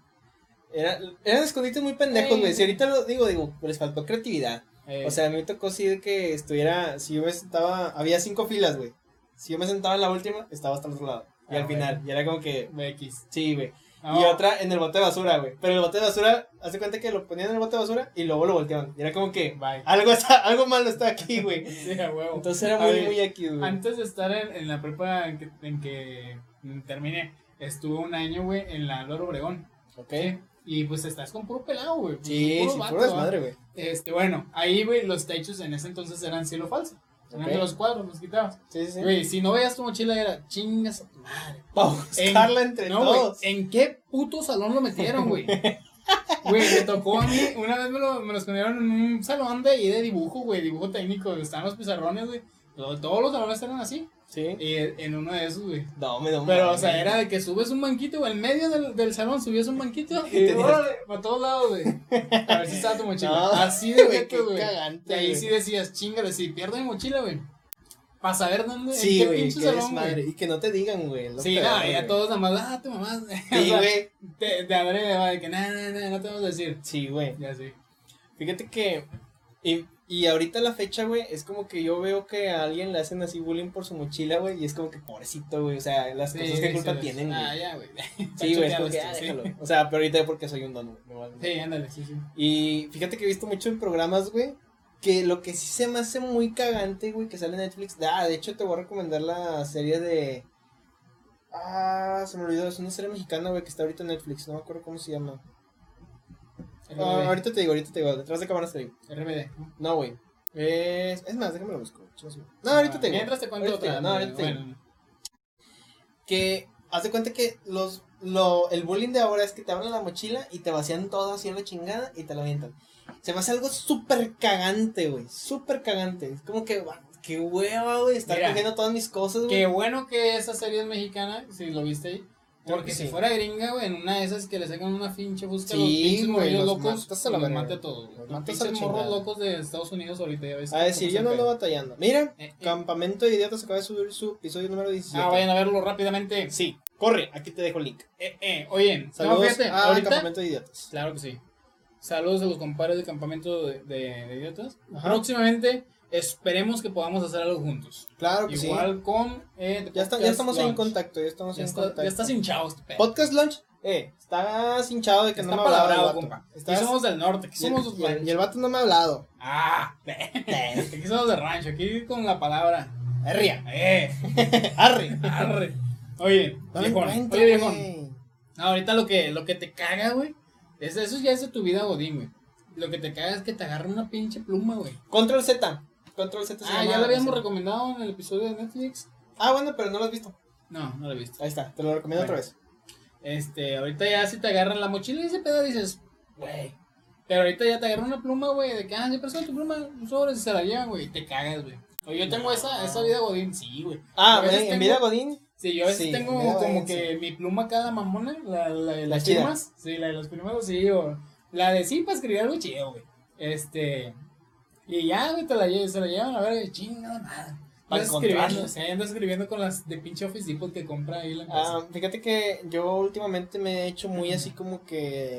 Speaker 2: Era, eran escondites muy pendejos,
Speaker 1: Ey.
Speaker 2: güey. Si ahorita lo digo, digo, les faltó creatividad.
Speaker 1: Eh,
Speaker 2: O sea, a mí me tocó sí de que estuviera, si yo me sentaba, había cinco filas, güey. Si yo me sentaba en la última, estaba hasta el otro lado. Y
Speaker 1: Ah, Oh.
Speaker 2: al final, y era como que,
Speaker 1: BX.
Speaker 2: sí, güey.
Speaker 1: Eh, No,
Speaker 2: Y otra en el bote de basura, güey. Pero el bote de basura, hace cuenta que lo ponían en el bote de basura y luego lo volteaban. Y era como que,
Speaker 1: Bye.
Speaker 2: algo está, algo malo está aquí, güey.
Speaker 1: Sí, a huevo.
Speaker 2: Entonces era
Speaker 1: A
Speaker 2: muy,
Speaker 1: ver,
Speaker 2: muy aquí, güey.
Speaker 1: Antes de estar en, en la prepa en que, en que terminé, estuve un año, güey, en la Loro Obregón.
Speaker 2: Ok.
Speaker 1: Y pues estás con puro pelado, güey. pues,
Speaker 2: Sí, sí,
Speaker 1: vato,
Speaker 2: puro desmadre, güey.
Speaker 1: ¿va? Este, bueno, ahí, güey, los techos en ese entonces eran cielo falso. Eran
Speaker 2: Ok.
Speaker 1: de los cuadros, los quitabas.
Speaker 2: Sí, sí, sí.
Speaker 1: Güey, si no veías tu mochila era chingas a tu madre.
Speaker 2: Para buscarla entre
Speaker 1: No, güey,
Speaker 2: todos.
Speaker 1: ¿en qué puto salón lo metieron, güey? Güey, me tocó a mí, una vez me lo, me lo escondieron en un salón de ahí de dibujo, güey, dibujo técnico, donde estaban los pizarrones, güey. Todo- Todos los salones eran así.
Speaker 2: Sí.
Speaker 1: Y en uno de esos, güey.
Speaker 2: No, me no.
Speaker 1: Pero, o
Speaker 2: mames.
Speaker 1: sea, era de que subes un banquito, güey, en medio del, del salón subías un banquito y
Speaker 2: tenías-
Speaker 1: órale, para todos lados, güey. A ver si estaba tu mochila.
Speaker 2: No,
Speaker 1: Así de
Speaker 2: güey, qué
Speaker 1: gato, güey. Y
Speaker 2: cagante.
Speaker 1: ahí
Speaker 2: güey.
Speaker 1: sí decías, chingale, si pierdo mi mochila, güey. Para saber dónde, en
Speaker 2: Sí,
Speaker 1: qué
Speaker 2: güey,
Speaker 1: pinche
Speaker 2: qué
Speaker 1: salón,
Speaker 2: desmadre.
Speaker 1: güey.
Speaker 2: Y que no te digan, güey. lo
Speaker 1: Sí,
Speaker 2: peor,
Speaker 1: nada, ya
Speaker 2: güey.
Speaker 1: todos nada más, ah, tu mamá. O
Speaker 2: Sí,
Speaker 1: sea,
Speaker 2: güey.
Speaker 1: Te, te adrede, va, de que nada, nada, nada, no te vamos a decir.
Speaker 2: Sí, güey.
Speaker 1: Ya sí.
Speaker 2: Fíjate que. Y, y ahorita la fecha, güey, es como que yo veo que a alguien le hacen así bullying por su mochila, güey, y es como que pobrecito, güey. O sea, las
Speaker 1: Sí,
Speaker 2: cosas Pues que
Speaker 1: sí,
Speaker 2: culpa
Speaker 1: sí,
Speaker 2: tienen, güey.
Speaker 1: Ah, ya, güey.
Speaker 2: sí, güey, es como
Speaker 1: choteado
Speaker 2: que,
Speaker 1: esto,
Speaker 2: ah,
Speaker 1: sí.
Speaker 2: déjalo. O sea, pero ahorita porque soy un don, güey. me vale.
Speaker 1: Sí, ándale, sí, sí.
Speaker 2: Y fíjate que he visto mucho en programas, güey, que lo que sí se me hace muy cagante, güey, que sale en Netflix. Ah, de hecho te voy a recomendar la serie de. Ah, se me olvidó, es una serie mexicana, güey, que está ahorita en Netflix, no me acuerdo cómo se llama. Ah,
Speaker 1: RBD.
Speaker 2: ahorita te digo, ahorita te digo, detrás de cámaras te digo.
Speaker 1: RBD.
Speaker 2: No, güey. Es, es más, déjame lo busco. chingas, güey. No, ahorita tengo.
Speaker 1: Ah, Mientras te cuento
Speaker 2: Ahorita
Speaker 1: otra.
Speaker 2: tengo, No, ahorita tengo.
Speaker 1: bueno,
Speaker 2: Que haz de cuenta que los, lo, el bullying de ahora es que te abren la mochila y te vacían todo así a la chingada y te la avientan. Se me hace algo súper cagante, güey. Súper cagante. Es como que, va, qué hueva, güey. Estar
Speaker 1: Mira.
Speaker 2: cogiendo todas mis cosas, güey.
Speaker 1: Qué bueno que esa serie es mexicana, si lo viste ahí.
Speaker 2: Creo
Speaker 1: Porque
Speaker 2: que
Speaker 1: si
Speaker 2: sí.
Speaker 1: fuera gringa, güey, en una de esas que le sacan una pinche busca a los
Speaker 2: Sí,
Speaker 1: pinches
Speaker 2: güey,
Speaker 1: morrillos
Speaker 2: los
Speaker 1: locos,
Speaker 2: matas a la
Speaker 1: los
Speaker 2: verga.
Speaker 1: mata a todos. güey.
Speaker 2: Los
Speaker 1: Los
Speaker 2: matas a
Speaker 1: pinches
Speaker 2: la
Speaker 1: morros
Speaker 2: chingada.
Speaker 1: locos de Estados Unidos ahorita ya ves.
Speaker 2: A decir, yo no ando batallando. Mira,
Speaker 1: Eh, eh.
Speaker 2: Campamento de Idiotas acaba de subir su episodio número 17.
Speaker 1: Ah, vayan a verlo rápidamente.
Speaker 2: Sí, corre, aquí te dejo el link.
Speaker 1: Eh, eh, oye,
Speaker 2: Saludos
Speaker 1: no, fíjate,
Speaker 2: a
Speaker 1: ahorita.
Speaker 2: Campamento de Idiotas.
Speaker 1: Claro que sí. Saludos a los compadres del campamento de, de- de idiotas.
Speaker 2: Ajá.
Speaker 1: Próximamente esperemos que podamos hacer algo juntos.
Speaker 2: Claro que sí.
Speaker 1: Igual con. eh, The
Speaker 2: Ya, está- ya
Speaker 1: Podcast
Speaker 2: estamos en
Speaker 1: Launch.
Speaker 2: contacto, ya estamos
Speaker 1: Ya,
Speaker 2: en
Speaker 1: está,
Speaker 2: contacto.
Speaker 1: ya estás hinchado este pedo.
Speaker 2: Podcast Lunch, eh, estás hinchado de que
Speaker 1: Está
Speaker 2: no me ha hablado.
Speaker 1: palabrado,
Speaker 2: el vato.
Speaker 1: compa.
Speaker 2: Estás-
Speaker 1: Aquí somos del norte, aquí
Speaker 2: y el-
Speaker 1: somos los
Speaker 2: y, el, y
Speaker 1: ranchos.
Speaker 2: el vato no me ha hablado. Eh,
Speaker 1: Ah, aquí somos de rancho, aquí con la palabra.
Speaker 2: Ría.
Speaker 1: Eh,
Speaker 2: Arre.
Speaker 1: arre. Oye,
Speaker 2: No lo
Speaker 1: viejón,
Speaker 2: encuentro,
Speaker 1: oye, viejón.
Speaker 2: güey.
Speaker 1: Ahorita lo que, lo que te caga, güey, es, eso ya es de tu vida, Godín, güey. Lo que te caga es que te agarra una pinche pluma, güey.
Speaker 2: Control Z. Control Z se
Speaker 1: Ah,
Speaker 2: llama
Speaker 1: ya lo
Speaker 2: la
Speaker 1: habíamos
Speaker 2: canción.
Speaker 1: recomendado en el episodio de Netflix.
Speaker 2: Ah, bueno, pero no lo has visto.
Speaker 1: No, no lo he visto.
Speaker 2: Ahí está, te lo recomiendo
Speaker 1: Bueno.
Speaker 2: otra vez.
Speaker 1: Este, ahorita ya si te agarran la mochila y ese pedo dices, güey. Pero ahorita ya te agarran una pluma, güey, de que, ah, ya pasó tu pluma, un sobre, se la llevan, güey, y te cagas, güey. O yo tengo esa, esa vida godín, sí, güey.
Speaker 2: Ah,
Speaker 1: Yo a veces
Speaker 2: en
Speaker 1: tengo-
Speaker 2: vida Godín.
Speaker 1: Sí, yo a veces
Speaker 2: Sí,
Speaker 1: tengo
Speaker 2: vida
Speaker 1: como
Speaker 2: godín,
Speaker 1: que mi pluma cada mamona, la, la de
Speaker 2: La
Speaker 1: las
Speaker 2: chida.
Speaker 1: primas, sí, la de las primas, sí, o, La de sí para escribir algo chido, güey. Este. Y ya, güey, te la, lle- se la llevan a ver, chingada madre.
Speaker 2: Para
Speaker 1: Para escribiendo,
Speaker 2: encontrarlo.
Speaker 1: o sea, ando escribiendo con las de pinche Office Depot que compra ahí la empresa.
Speaker 2: Ah, fíjate que yo últimamente me he hecho
Speaker 1: Mm.
Speaker 2: muy así como que.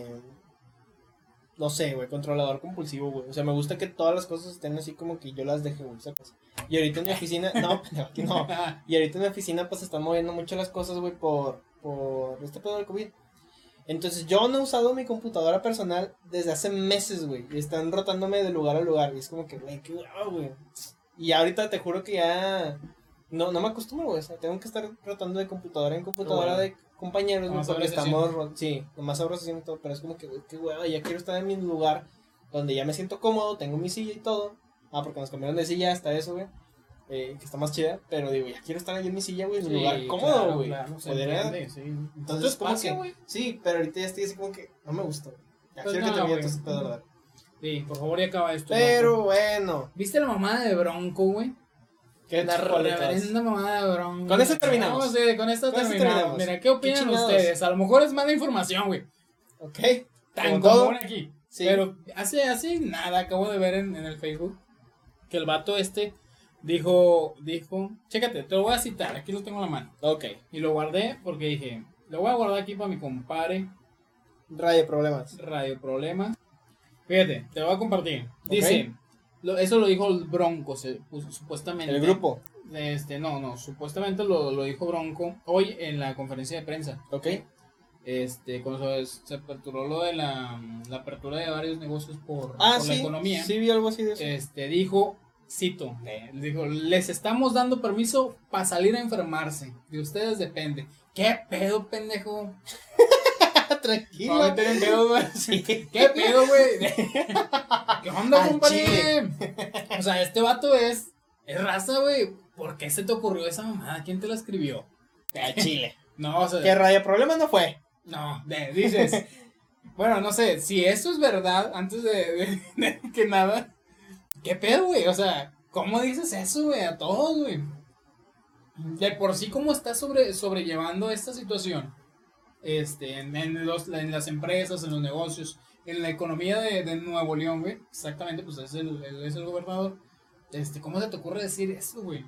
Speaker 2: No sé, güey, controlador compulsivo, güey. O sea, me gusta que todas las cosas estén así como que yo las deje, güey, sacas. Y ahorita en mi oficina. No, pendejo, aquí no. Y ahorita en mi oficina, pues están moviendo mucho las cosas, güey, por, por este pedo del COVID. Entonces, yo no he usado mi computadora personal desde hace meses, güey. Y están rotándome de lugar a lugar. Y es como que, güey, qué guau, güey. Y ahorita te juro que ya. No, no me acostumbro, güey. O sea, tengo que estar rotando de computadora en computadora
Speaker 1: Qué
Speaker 2: de compañeros, güey.
Speaker 1: Nomás
Speaker 2: Porque
Speaker 1: ahora
Speaker 2: estamos. ro- Sí, nomás ahora sí siento. Pero es como que, güey, qué guau. Ya quiero estar en mi lugar donde ya me siento cómodo. Tengo mi silla y todo. Ah, porque nos cambiaron de silla hasta eso, güey. eh, que está más chida. Pero digo, ya quiero estar ahí en mi silla, güey. En un lugar cómodo, güey. Podría- entonces, como que, sí, pero ahorita ya estoy así como que no me gustó. Ya
Speaker 1: Pues
Speaker 2: quiero
Speaker 1: no,
Speaker 2: que termine
Speaker 1: güey. Pues
Speaker 2: todo ese pedo, la verdad.
Speaker 1: Sí, por favor, ya acaba esto.
Speaker 2: Pero
Speaker 1: loco.
Speaker 2: bueno,
Speaker 1: ¿Viste la mamada de Bronco, güey?
Speaker 2: ¿qué
Speaker 1: La
Speaker 2: chuletas.
Speaker 1: reverenda mamada de Bronco.
Speaker 2: Con eso terminamos.
Speaker 1: No, sí, con esto
Speaker 2: Con
Speaker 1: terminamos.
Speaker 2: eso terminamos.
Speaker 1: Mira, ¿qué opinan
Speaker 2: chingados?
Speaker 1: ustedes? A lo mejor es mala información, güey.
Speaker 2: Ok,
Speaker 1: Tan
Speaker 2: Como todo.
Speaker 1: común aquí.
Speaker 2: sí.
Speaker 1: Pero hace, hace nada, acabo de ver en, en el Facebook que el vato este dijo, dijo, chécate, te lo voy a citar, aquí lo tengo en la mano.
Speaker 2: Ok,
Speaker 1: Y lo guardé porque dije, lo voy a guardar aquí para mi compadre
Speaker 2: rayo problemas.
Speaker 1: Radio Problema. Fíjate, te lo voy a compartir. Dice, lo- eso lo dijo el Bronco, se- pues, supuestamente.
Speaker 2: El grupo,
Speaker 1: Este, no, no, supuestamente lo, lo dijo Bronco hoy en la conferencia de prensa.
Speaker 2: ok.
Speaker 1: Este, cuando se, se aperturó lo de la, la apertura de varios negocios por,
Speaker 2: Ah,
Speaker 1: por la
Speaker 2: sí,
Speaker 1: economía
Speaker 2: sí vi algo así de eso.
Speaker 1: este, dijo, cito, eh, dijo, les estamos dando permiso para salir a enfermarse, de ustedes depende. ¿Qué pedo, pendejo?
Speaker 2: Ah, Tranquilo.
Speaker 1: No, tienen pedo, güey. ¿Qué pedo, güey? ¿Qué onda,
Speaker 2: Al
Speaker 1: compadre? O sea, este vato es, es raza, güey. ¿Por qué se te ocurrió esa mamada? ¿Quién te la escribió?
Speaker 2: Al chile.
Speaker 1: No, o sea,
Speaker 2: ¿Qué rayo problemas no fue?
Speaker 1: no, de- dices. bueno, no sé, si eso es verdad, antes de, de- de que nada, ¿qué pedo, güey? O sea, ¿cómo dices eso, güey? A todos, güey. De por sí, ¿cómo estás sobre, sobrellevando esta situación? Este, en, en los- en las empresas, en los negocios, en la economía de, de Nuevo León, güey. Exactamente, pues es el, el- es el gobernador. Este, ¿cómo se te ocurre decir eso, güey?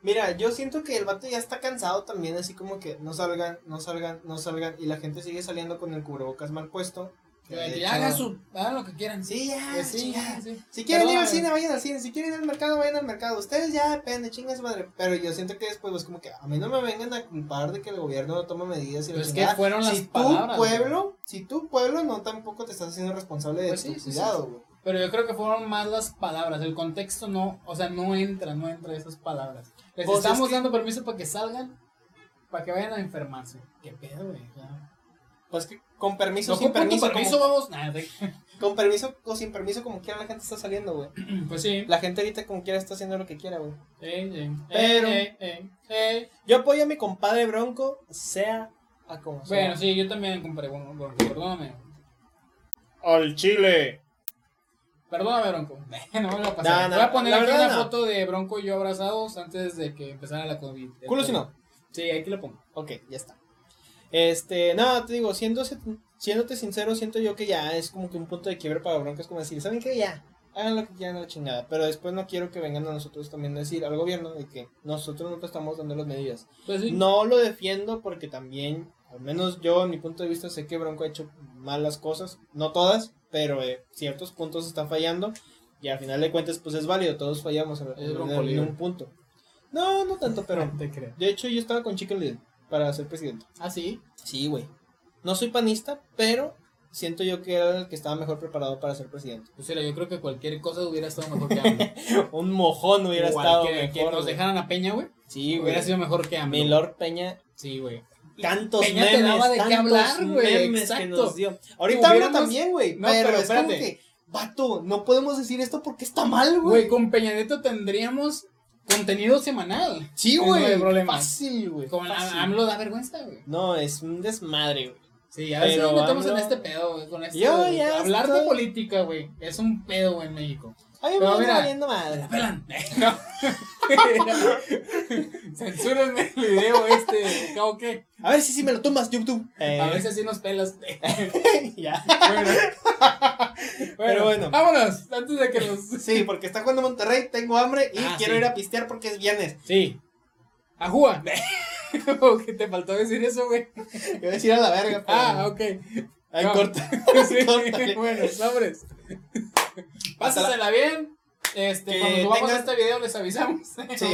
Speaker 2: Mira, yo siento que el vato ya está cansado también, así como que no salgan, no salgan, no salgan. Y la gente sigue saliendo con el cubrebocas mal puesto.
Speaker 1: Que,
Speaker 2: De
Speaker 1: que
Speaker 2: hecho-
Speaker 1: hagan, su, hagan lo que quieran.
Speaker 2: Sí, ya,
Speaker 1: Eh, sí, eh.
Speaker 2: chingada.
Speaker 1: ya, sí.
Speaker 2: Si quieren ir al
Speaker 1: Perdóname.
Speaker 2: cine, vayan al cine. Si quieren ir al mercado, vayan al mercado. Ustedes ya depende, chingas madre. Pero yo siento que después, pues, como que a mí no me vengan a culpar de que el gobierno no toma medidas. Y la
Speaker 1: Pero es que
Speaker 2: chingada.
Speaker 1: fueron las
Speaker 2: si
Speaker 1: palabras,
Speaker 2: tu pueblo, si tu pueblo no tampoco te estás haciendo responsable de
Speaker 1: Pues
Speaker 2: tu
Speaker 1: sí, sí,
Speaker 2: cuidado, güey.
Speaker 1: Pero yo creo que fueron más las palabras, el contexto no, o sea, no entra, no entra esas palabras. Les
Speaker 2: Pues
Speaker 1: estamos
Speaker 2: es que-
Speaker 1: dando permiso para que salgan, para que vayan a enfermarse. ¿Qué pedo, güey? O sea,
Speaker 2: Pues que con permiso,
Speaker 1: no
Speaker 2: sin
Speaker 1: ocupan tu
Speaker 2: permiso,
Speaker 1: permiso, vamos. Nah, de-
Speaker 2: como- con permiso o sin permiso, como quiera la gente está saliendo, güey.
Speaker 1: pues sí.
Speaker 2: La gente ahorita como quiera está haciendo lo que quiera, güey.
Speaker 1: Eh, eh,
Speaker 2: Pero-
Speaker 1: eh, eh, eh.
Speaker 2: Yo apoyo a mi compadre Bronco, sea a como sea.
Speaker 1: Bueno, sí, yo también compré uno, Bronco, perdóname.
Speaker 2: Al Chile.
Speaker 1: Perdóname, Bronco. No me lo pasé.
Speaker 2: No, no,
Speaker 1: Voy a poner
Speaker 2: la
Speaker 1: aquí
Speaker 2: verdad
Speaker 1: una
Speaker 2: no.
Speaker 1: foto de Bronco y yo abrazados antes de que empezara la COVID.
Speaker 2: Culo si no.
Speaker 1: Sí, aquí lo pongo.
Speaker 2: Ok, ya está. Este, no, te digo, siendo, siéndote sincero, siento yo que ya es como que un punto de quiebre para Bronco. Es como decir, ¿saben qué? Ya, hagan lo que quieran a la chingada. Pero después no quiero que vengan a nosotros también a decir al gobierno de que nosotros no te estamos dando las medidas.
Speaker 1: Pues sí.
Speaker 2: No lo defiendo porque también, al menos yo, en mi punto de vista, sé que Bronco ha hecho malas cosas. No todas, pero eh, ciertos puntos está fallando. Y al final de cuentas, pues es válido. Todos fallamos en,
Speaker 1: Es
Speaker 2: en-
Speaker 1: Bronco
Speaker 2: en
Speaker 1: libre.
Speaker 2: un punto. No, no tanto, pero...
Speaker 1: te creo.
Speaker 2: De hecho, yo estaba con Chicken Little para ser presidente.
Speaker 1: Ah, sí.
Speaker 2: Sí, güey. No soy panista, pero siento yo que era el que estaba mejor preparado para ser presidente.
Speaker 1: Pues mira, yo creo que cualquier cosa hubiera estado mejor que AMLO.
Speaker 2: Un mojón hubiera
Speaker 1: Igual
Speaker 2: estado
Speaker 1: que,
Speaker 2: mejor.
Speaker 1: que nos
Speaker 2: güey.
Speaker 1: dejaran a Peña, güey.
Speaker 2: Sí, güey.
Speaker 1: Hubiera sido mejor que AMLO.
Speaker 2: Mi Lord Peña,
Speaker 1: Sí, güey.
Speaker 2: tantos
Speaker 1: Peña te
Speaker 2: memes,
Speaker 1: daba de qué
Speaker 2: tantos
Speaker 1: hablar, güey,
Speaker 2: memes que
Speaker 1: exacto.
Speaker 2: nos dio. Ahorita
Speaker 1: Hubiéramos-
Speaker 2: hablo también, güey,
Speaker 1: No,
Speaker 2: pero,
Speaker 1: pero
Speaker 2: es como
Speaker 1: espérate.
Speaker 2: que, vato, no podemos decir esto porque está mal,
Speaker 1: Güey,
Speaker 2: güey.
Speaker 1: con Peña Nieto tendríamos contenido semanal.
Speaker 2: Sí,
Speaker 1: No hay
Speaker 2: güey,
Speaker 1: problema.
Speaker 2: fácil, güey.
Speaker 1: Con
Speaker 2: fácil.
Speaker 1: a- AMLO da vergüenza, güey.
Speaker 2: No, es un desmadre, güey.
Speaker 1: Sí, a ver si
Speaker 2: Pero
Speaker 1: nos metemos
Speaker 2: AMLO-
Speaker 1: en este pedo, güey. Con esto,
Speaker 2: Yo
Speaker 1: de-
Speaker 2: ya
Speaker 1: Hablar de
Speaker 2: estoy-
Speaker 1: política, güey. Es un pedo, güey, en México.
Speaker 2: Ay,
Speaker 1: Pero
Speaker 2: me anda
Speaker 1: mira,
Speaker 2: valiendo madre.
Speaker 1: pelan. No. Censúrenme el video este. ¿Cómo qué?
Speaker 2: A ver si sí me lo tomas, YouTube.
Speaker 1: A veces sí nos pelas.
Speaker 2: ya.
Speaker 1: Bueno,
Speaker 2: eso.
Speaker 1: Vámonos, antes de que nos.
Speaker 2: Eh, Sí, porque está jugando Monterrey, tengo hambre y
Speaker 1: Ah,
Speaker 2: quiero
Speaker 1: sí.
Speaker 2: ir a pistear porque es viernes.
Speaker 1: Sí. Ajúa. Como que te faltó decir eso, güey.
Speaker 2: Yo voy a decir a la verga. pero-
Speaker 1: Ah, ok.
Speaker 2: Ahí
Speaker 1: No.
Speaker 2: corta.
Speaker 1: Sí,
Speaker 2: Córtale.
Speaker 1: bueno, sobres. Pásasela bien. Este,
Speaker 2: Que
Speaker 1: cuando subamos
Speaker 2: tengan-
Speaker 1: este video les avisamos.
Speaker 2: Sí.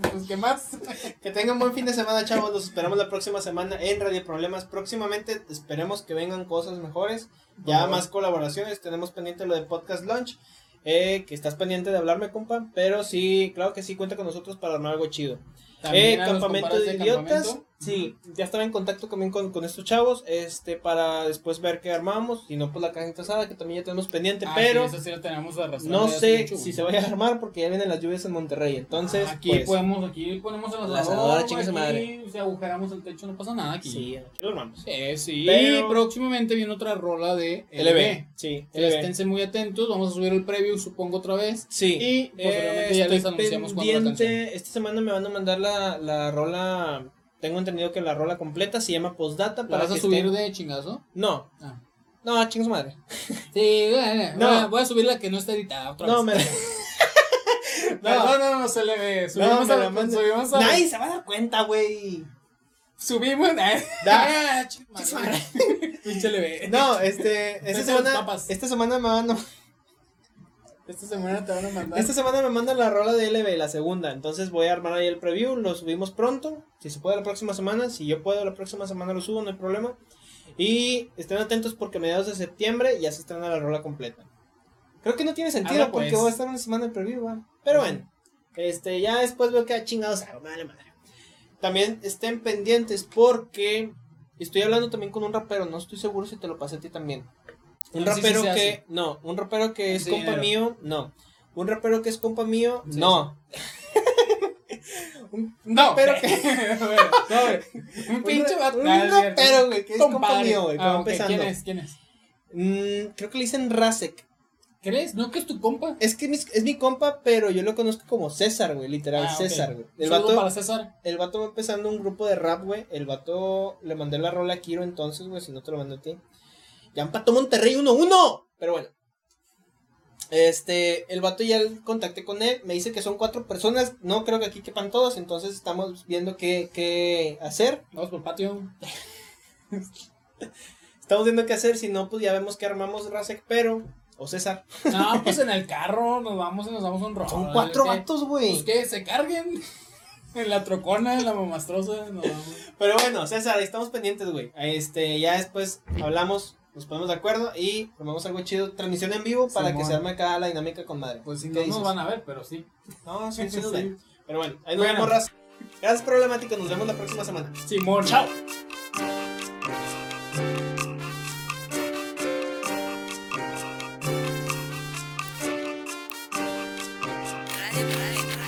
Speaker 1: pues, ¿qué más?
Speaker 2: Que tengan buen fin de semana, chavos. Los esperamos la próxima semana en Radio Problemas. Próximamente esperemos que vengan cosas mejores. Ya
Speaker 1: Por favor.
Speaker 2: más colaboraciones. Tenemos pendiente lo de Podcast Launch. eh, que estás pendiente de hablarme, compa. Pero sí, claro que sí, cuenta con nosotros para armar algo chido. Eh,
Speaker 1: También a los
Speaker 2: campamento
Speaker 1: compadres
Speaker 2: de idiotas. Sí, ya estaba en contacto también con, con estos chavos. Este, para después ver qué armamos. Si no, pues la cajita asada que también ya tenemos pendiente.
Speaker 1: Ah,
Speaker 2: pero
Speaker 1: sí, eso sí lo tenemos arrastrando
Speaker 2: no
Speaker 1: desde
Speaker 2: sé
Speaker 1: mucho,
Speaker 2: si
Speaker 1: güey.
Speaker 2: se vaya a armar porque ya vienen las lluvias en Monterrey. Entonces,
Speaker 1: aquí
Speaker 2: pues,
Speaker 1: podemos, aquí ponemos el
Speaker 2: El
Speaker 1: asador,
Speaker 2: asador, chingue su
Speaker 1: aquí,
Speaker 2: madre.
Speaker 1: Si agujeramos el techo, no pasa nada aquí.
Speaker 2: sí, aquí lo armamos.
Speaker 1: Eh, sí.
Speaker 2: Pero-
Speaker 1: Y próximamente viene otra rola de
Speaker 2: LB. Sí, LB.
Speaker 1: Esténse muy atentos, vamos a subir el preview, supongo, otra vez.
Speaker 2: Sí. eh,
Speaker 1: Y posteriormente ya
Speaker 2: estoy
Speaker 1: les anunciamos cuándo la
Speaker 2: pendiente.
Speaker 1: canción.
Speaker 2: Esta semana me van a mandar la, la rola. Tengo entendido que la rola completa se llama Postdata.
Speaker 1: ¿La
Speaker 2: Para
Speaker 1: vas a
Speaker 2: que
Speaker 1: subir
Speaker 2: estén-
Speaker 1: de chingazo?
Speaker 2: No.
Speaker 1: Ah.
Speaker 2: No, chingos madre.
Speaker 1: Sí, bueno,
Speaker 2: No.
Speaker 1: voy a- voy a subir la que no está editada otra
Speaker 2: No, me
Speaker 1: vez.
Speaker 2: No.
Speaker 1: no, no, se le ve.
Speaker 2: no, me la
Speaker 1: mano
Speaker 2: manden.
Speaker 1: subimos
Speaker 2: Nadie se va a dar cuenta, güey.
Speaker 1: Subimos.
Speaker 2: Da.
Speaker 1: Ah, chingue su madre. Pinche LB.
Speaker 2: No, este. Esta
Speaker 1: Vete los
Speaker 2: semana.
Speaker 1: papas.
Speaker 2: Esta semana me van a.
Speaker 1: Esta semana Este te van a mandar.
Speaker 2: Esta semana me mandan la rola de LB, la segunda. Entonces voy a armar ahí el preview. Lo subimos pronto. Si se puede la próxima semana. Si yo puedo la próxima semana lo subo, no hay problema. Y estén atentos porque a mediados de septiembre ya se estrena la rola completa. Creo que no tiene sentido
Speaker 1: Habla,
Speaker 2: porque
Speaker 1: pues.
Speaker 2: voy a estar una semana en preview, va. Pero bueno. Este, ya después veo que chingados hago, me vale madre. También estén pendientes porque estoy hablando también con un rapero, no estoy seguro si te lo pasé a ti también. Un
Speaker 1: No sé si
Speaker 2: rapero
Speaker 1: sea
Speaker 2: que,
Speaker 1: así.
Speaker 2: no, un rapero que es
Speaker 1: Sí,
Speaker 2: compa
Speaker 1: pero-
Speaker 2: mío, no. Un rapero que es compa mío,
Speaker 1: Sí,
Speaker 2: no.
Speaker 1: No,
Speaker 2: pero
Speaker 1: pero
Speaker 2: que-
Speaker 1: que. un pinche
Speaker 2: ra-
Speaker 1: vato.
Speaker 2: un
Speaker 1: Ah, es cierto.
Speaker 2: rapero, güey, que es compa
Speaker 1: Compadre.
Speaker 2: mío, güey, que va
Speaker 1: Ah, ok,
Speaker 2: empezando.
Speaker 1: ¿Quién es? ¿Quién es?
Speaker 2: Mm, creo que le dicen Rasek.
Speaker 1: ¿Crees? ¿No que es tu compa?
Speaker 2: Es que mis- es mi compa, pero yo lo conozco como César, güey, literal,
Speaker 1: Ah, ok.
Speaker 2: César, güey.
Speaker 1: El
Speaker 2: El
Speaker 1: vato
Speaker 2: vato,
Speaker 1: para César.
Speaker 2: el vato va empezando un grupo de rap, güey. El vato le mandé la rola a Kiro entonces, güey, si no te lo mandé a ti. Ya empató Monterrey 1-1. Pero bueno. Este, el vato ya contacté con él, me dice que son cuatro personas, no creo que aquí quepan todos, entonces estamos viendo qué, qué hacer.
Speaker 1: Vamos por patio.
Speaker 2: Estamos viendo qué hacer, si no, pues ya vemos que armamos Rasek, pero, o César.
Speaker 1: No, pues en el carro nos vamos y nos damos un rol.
Speaker 2: Son cuatro
Speaker 1: ¿Qué?
Speaker 2: vatos,
Speaker 1: Pues
Speaker 2: güey.
Speaker 1: que se carguen. En la trocona, en la mamastrosa. Nos vamos.
Speaker 2: Pero bueno, César, ahí estamos pendientes, güey. Este, ya después hablamos, nos ponemos de acuerdo y formamos algo chido. Transmisión en vivo para que
Speaker 1: Simón.
Speaker 2: se arme acá la dinámica con madre.
Speaker 1: Pues si
Speaker 2: ¿Qué
Speaker 1: no nos
Speaker 2: dices?
Speaker 1: van a ver, pero sí.
Speaker 2: No, sí, sí, nos
Speaker 1: Sí.
Speaker 2: ven. Pero bueno, ahí nos
Speaker 1: Bueno.
Speaker 2: vemos, raza. Gracias, problemáticos. Nos vemos la próxima semana.
Speaker 1: Simón. Chao.
Speaker 3: Radio, radio, radio.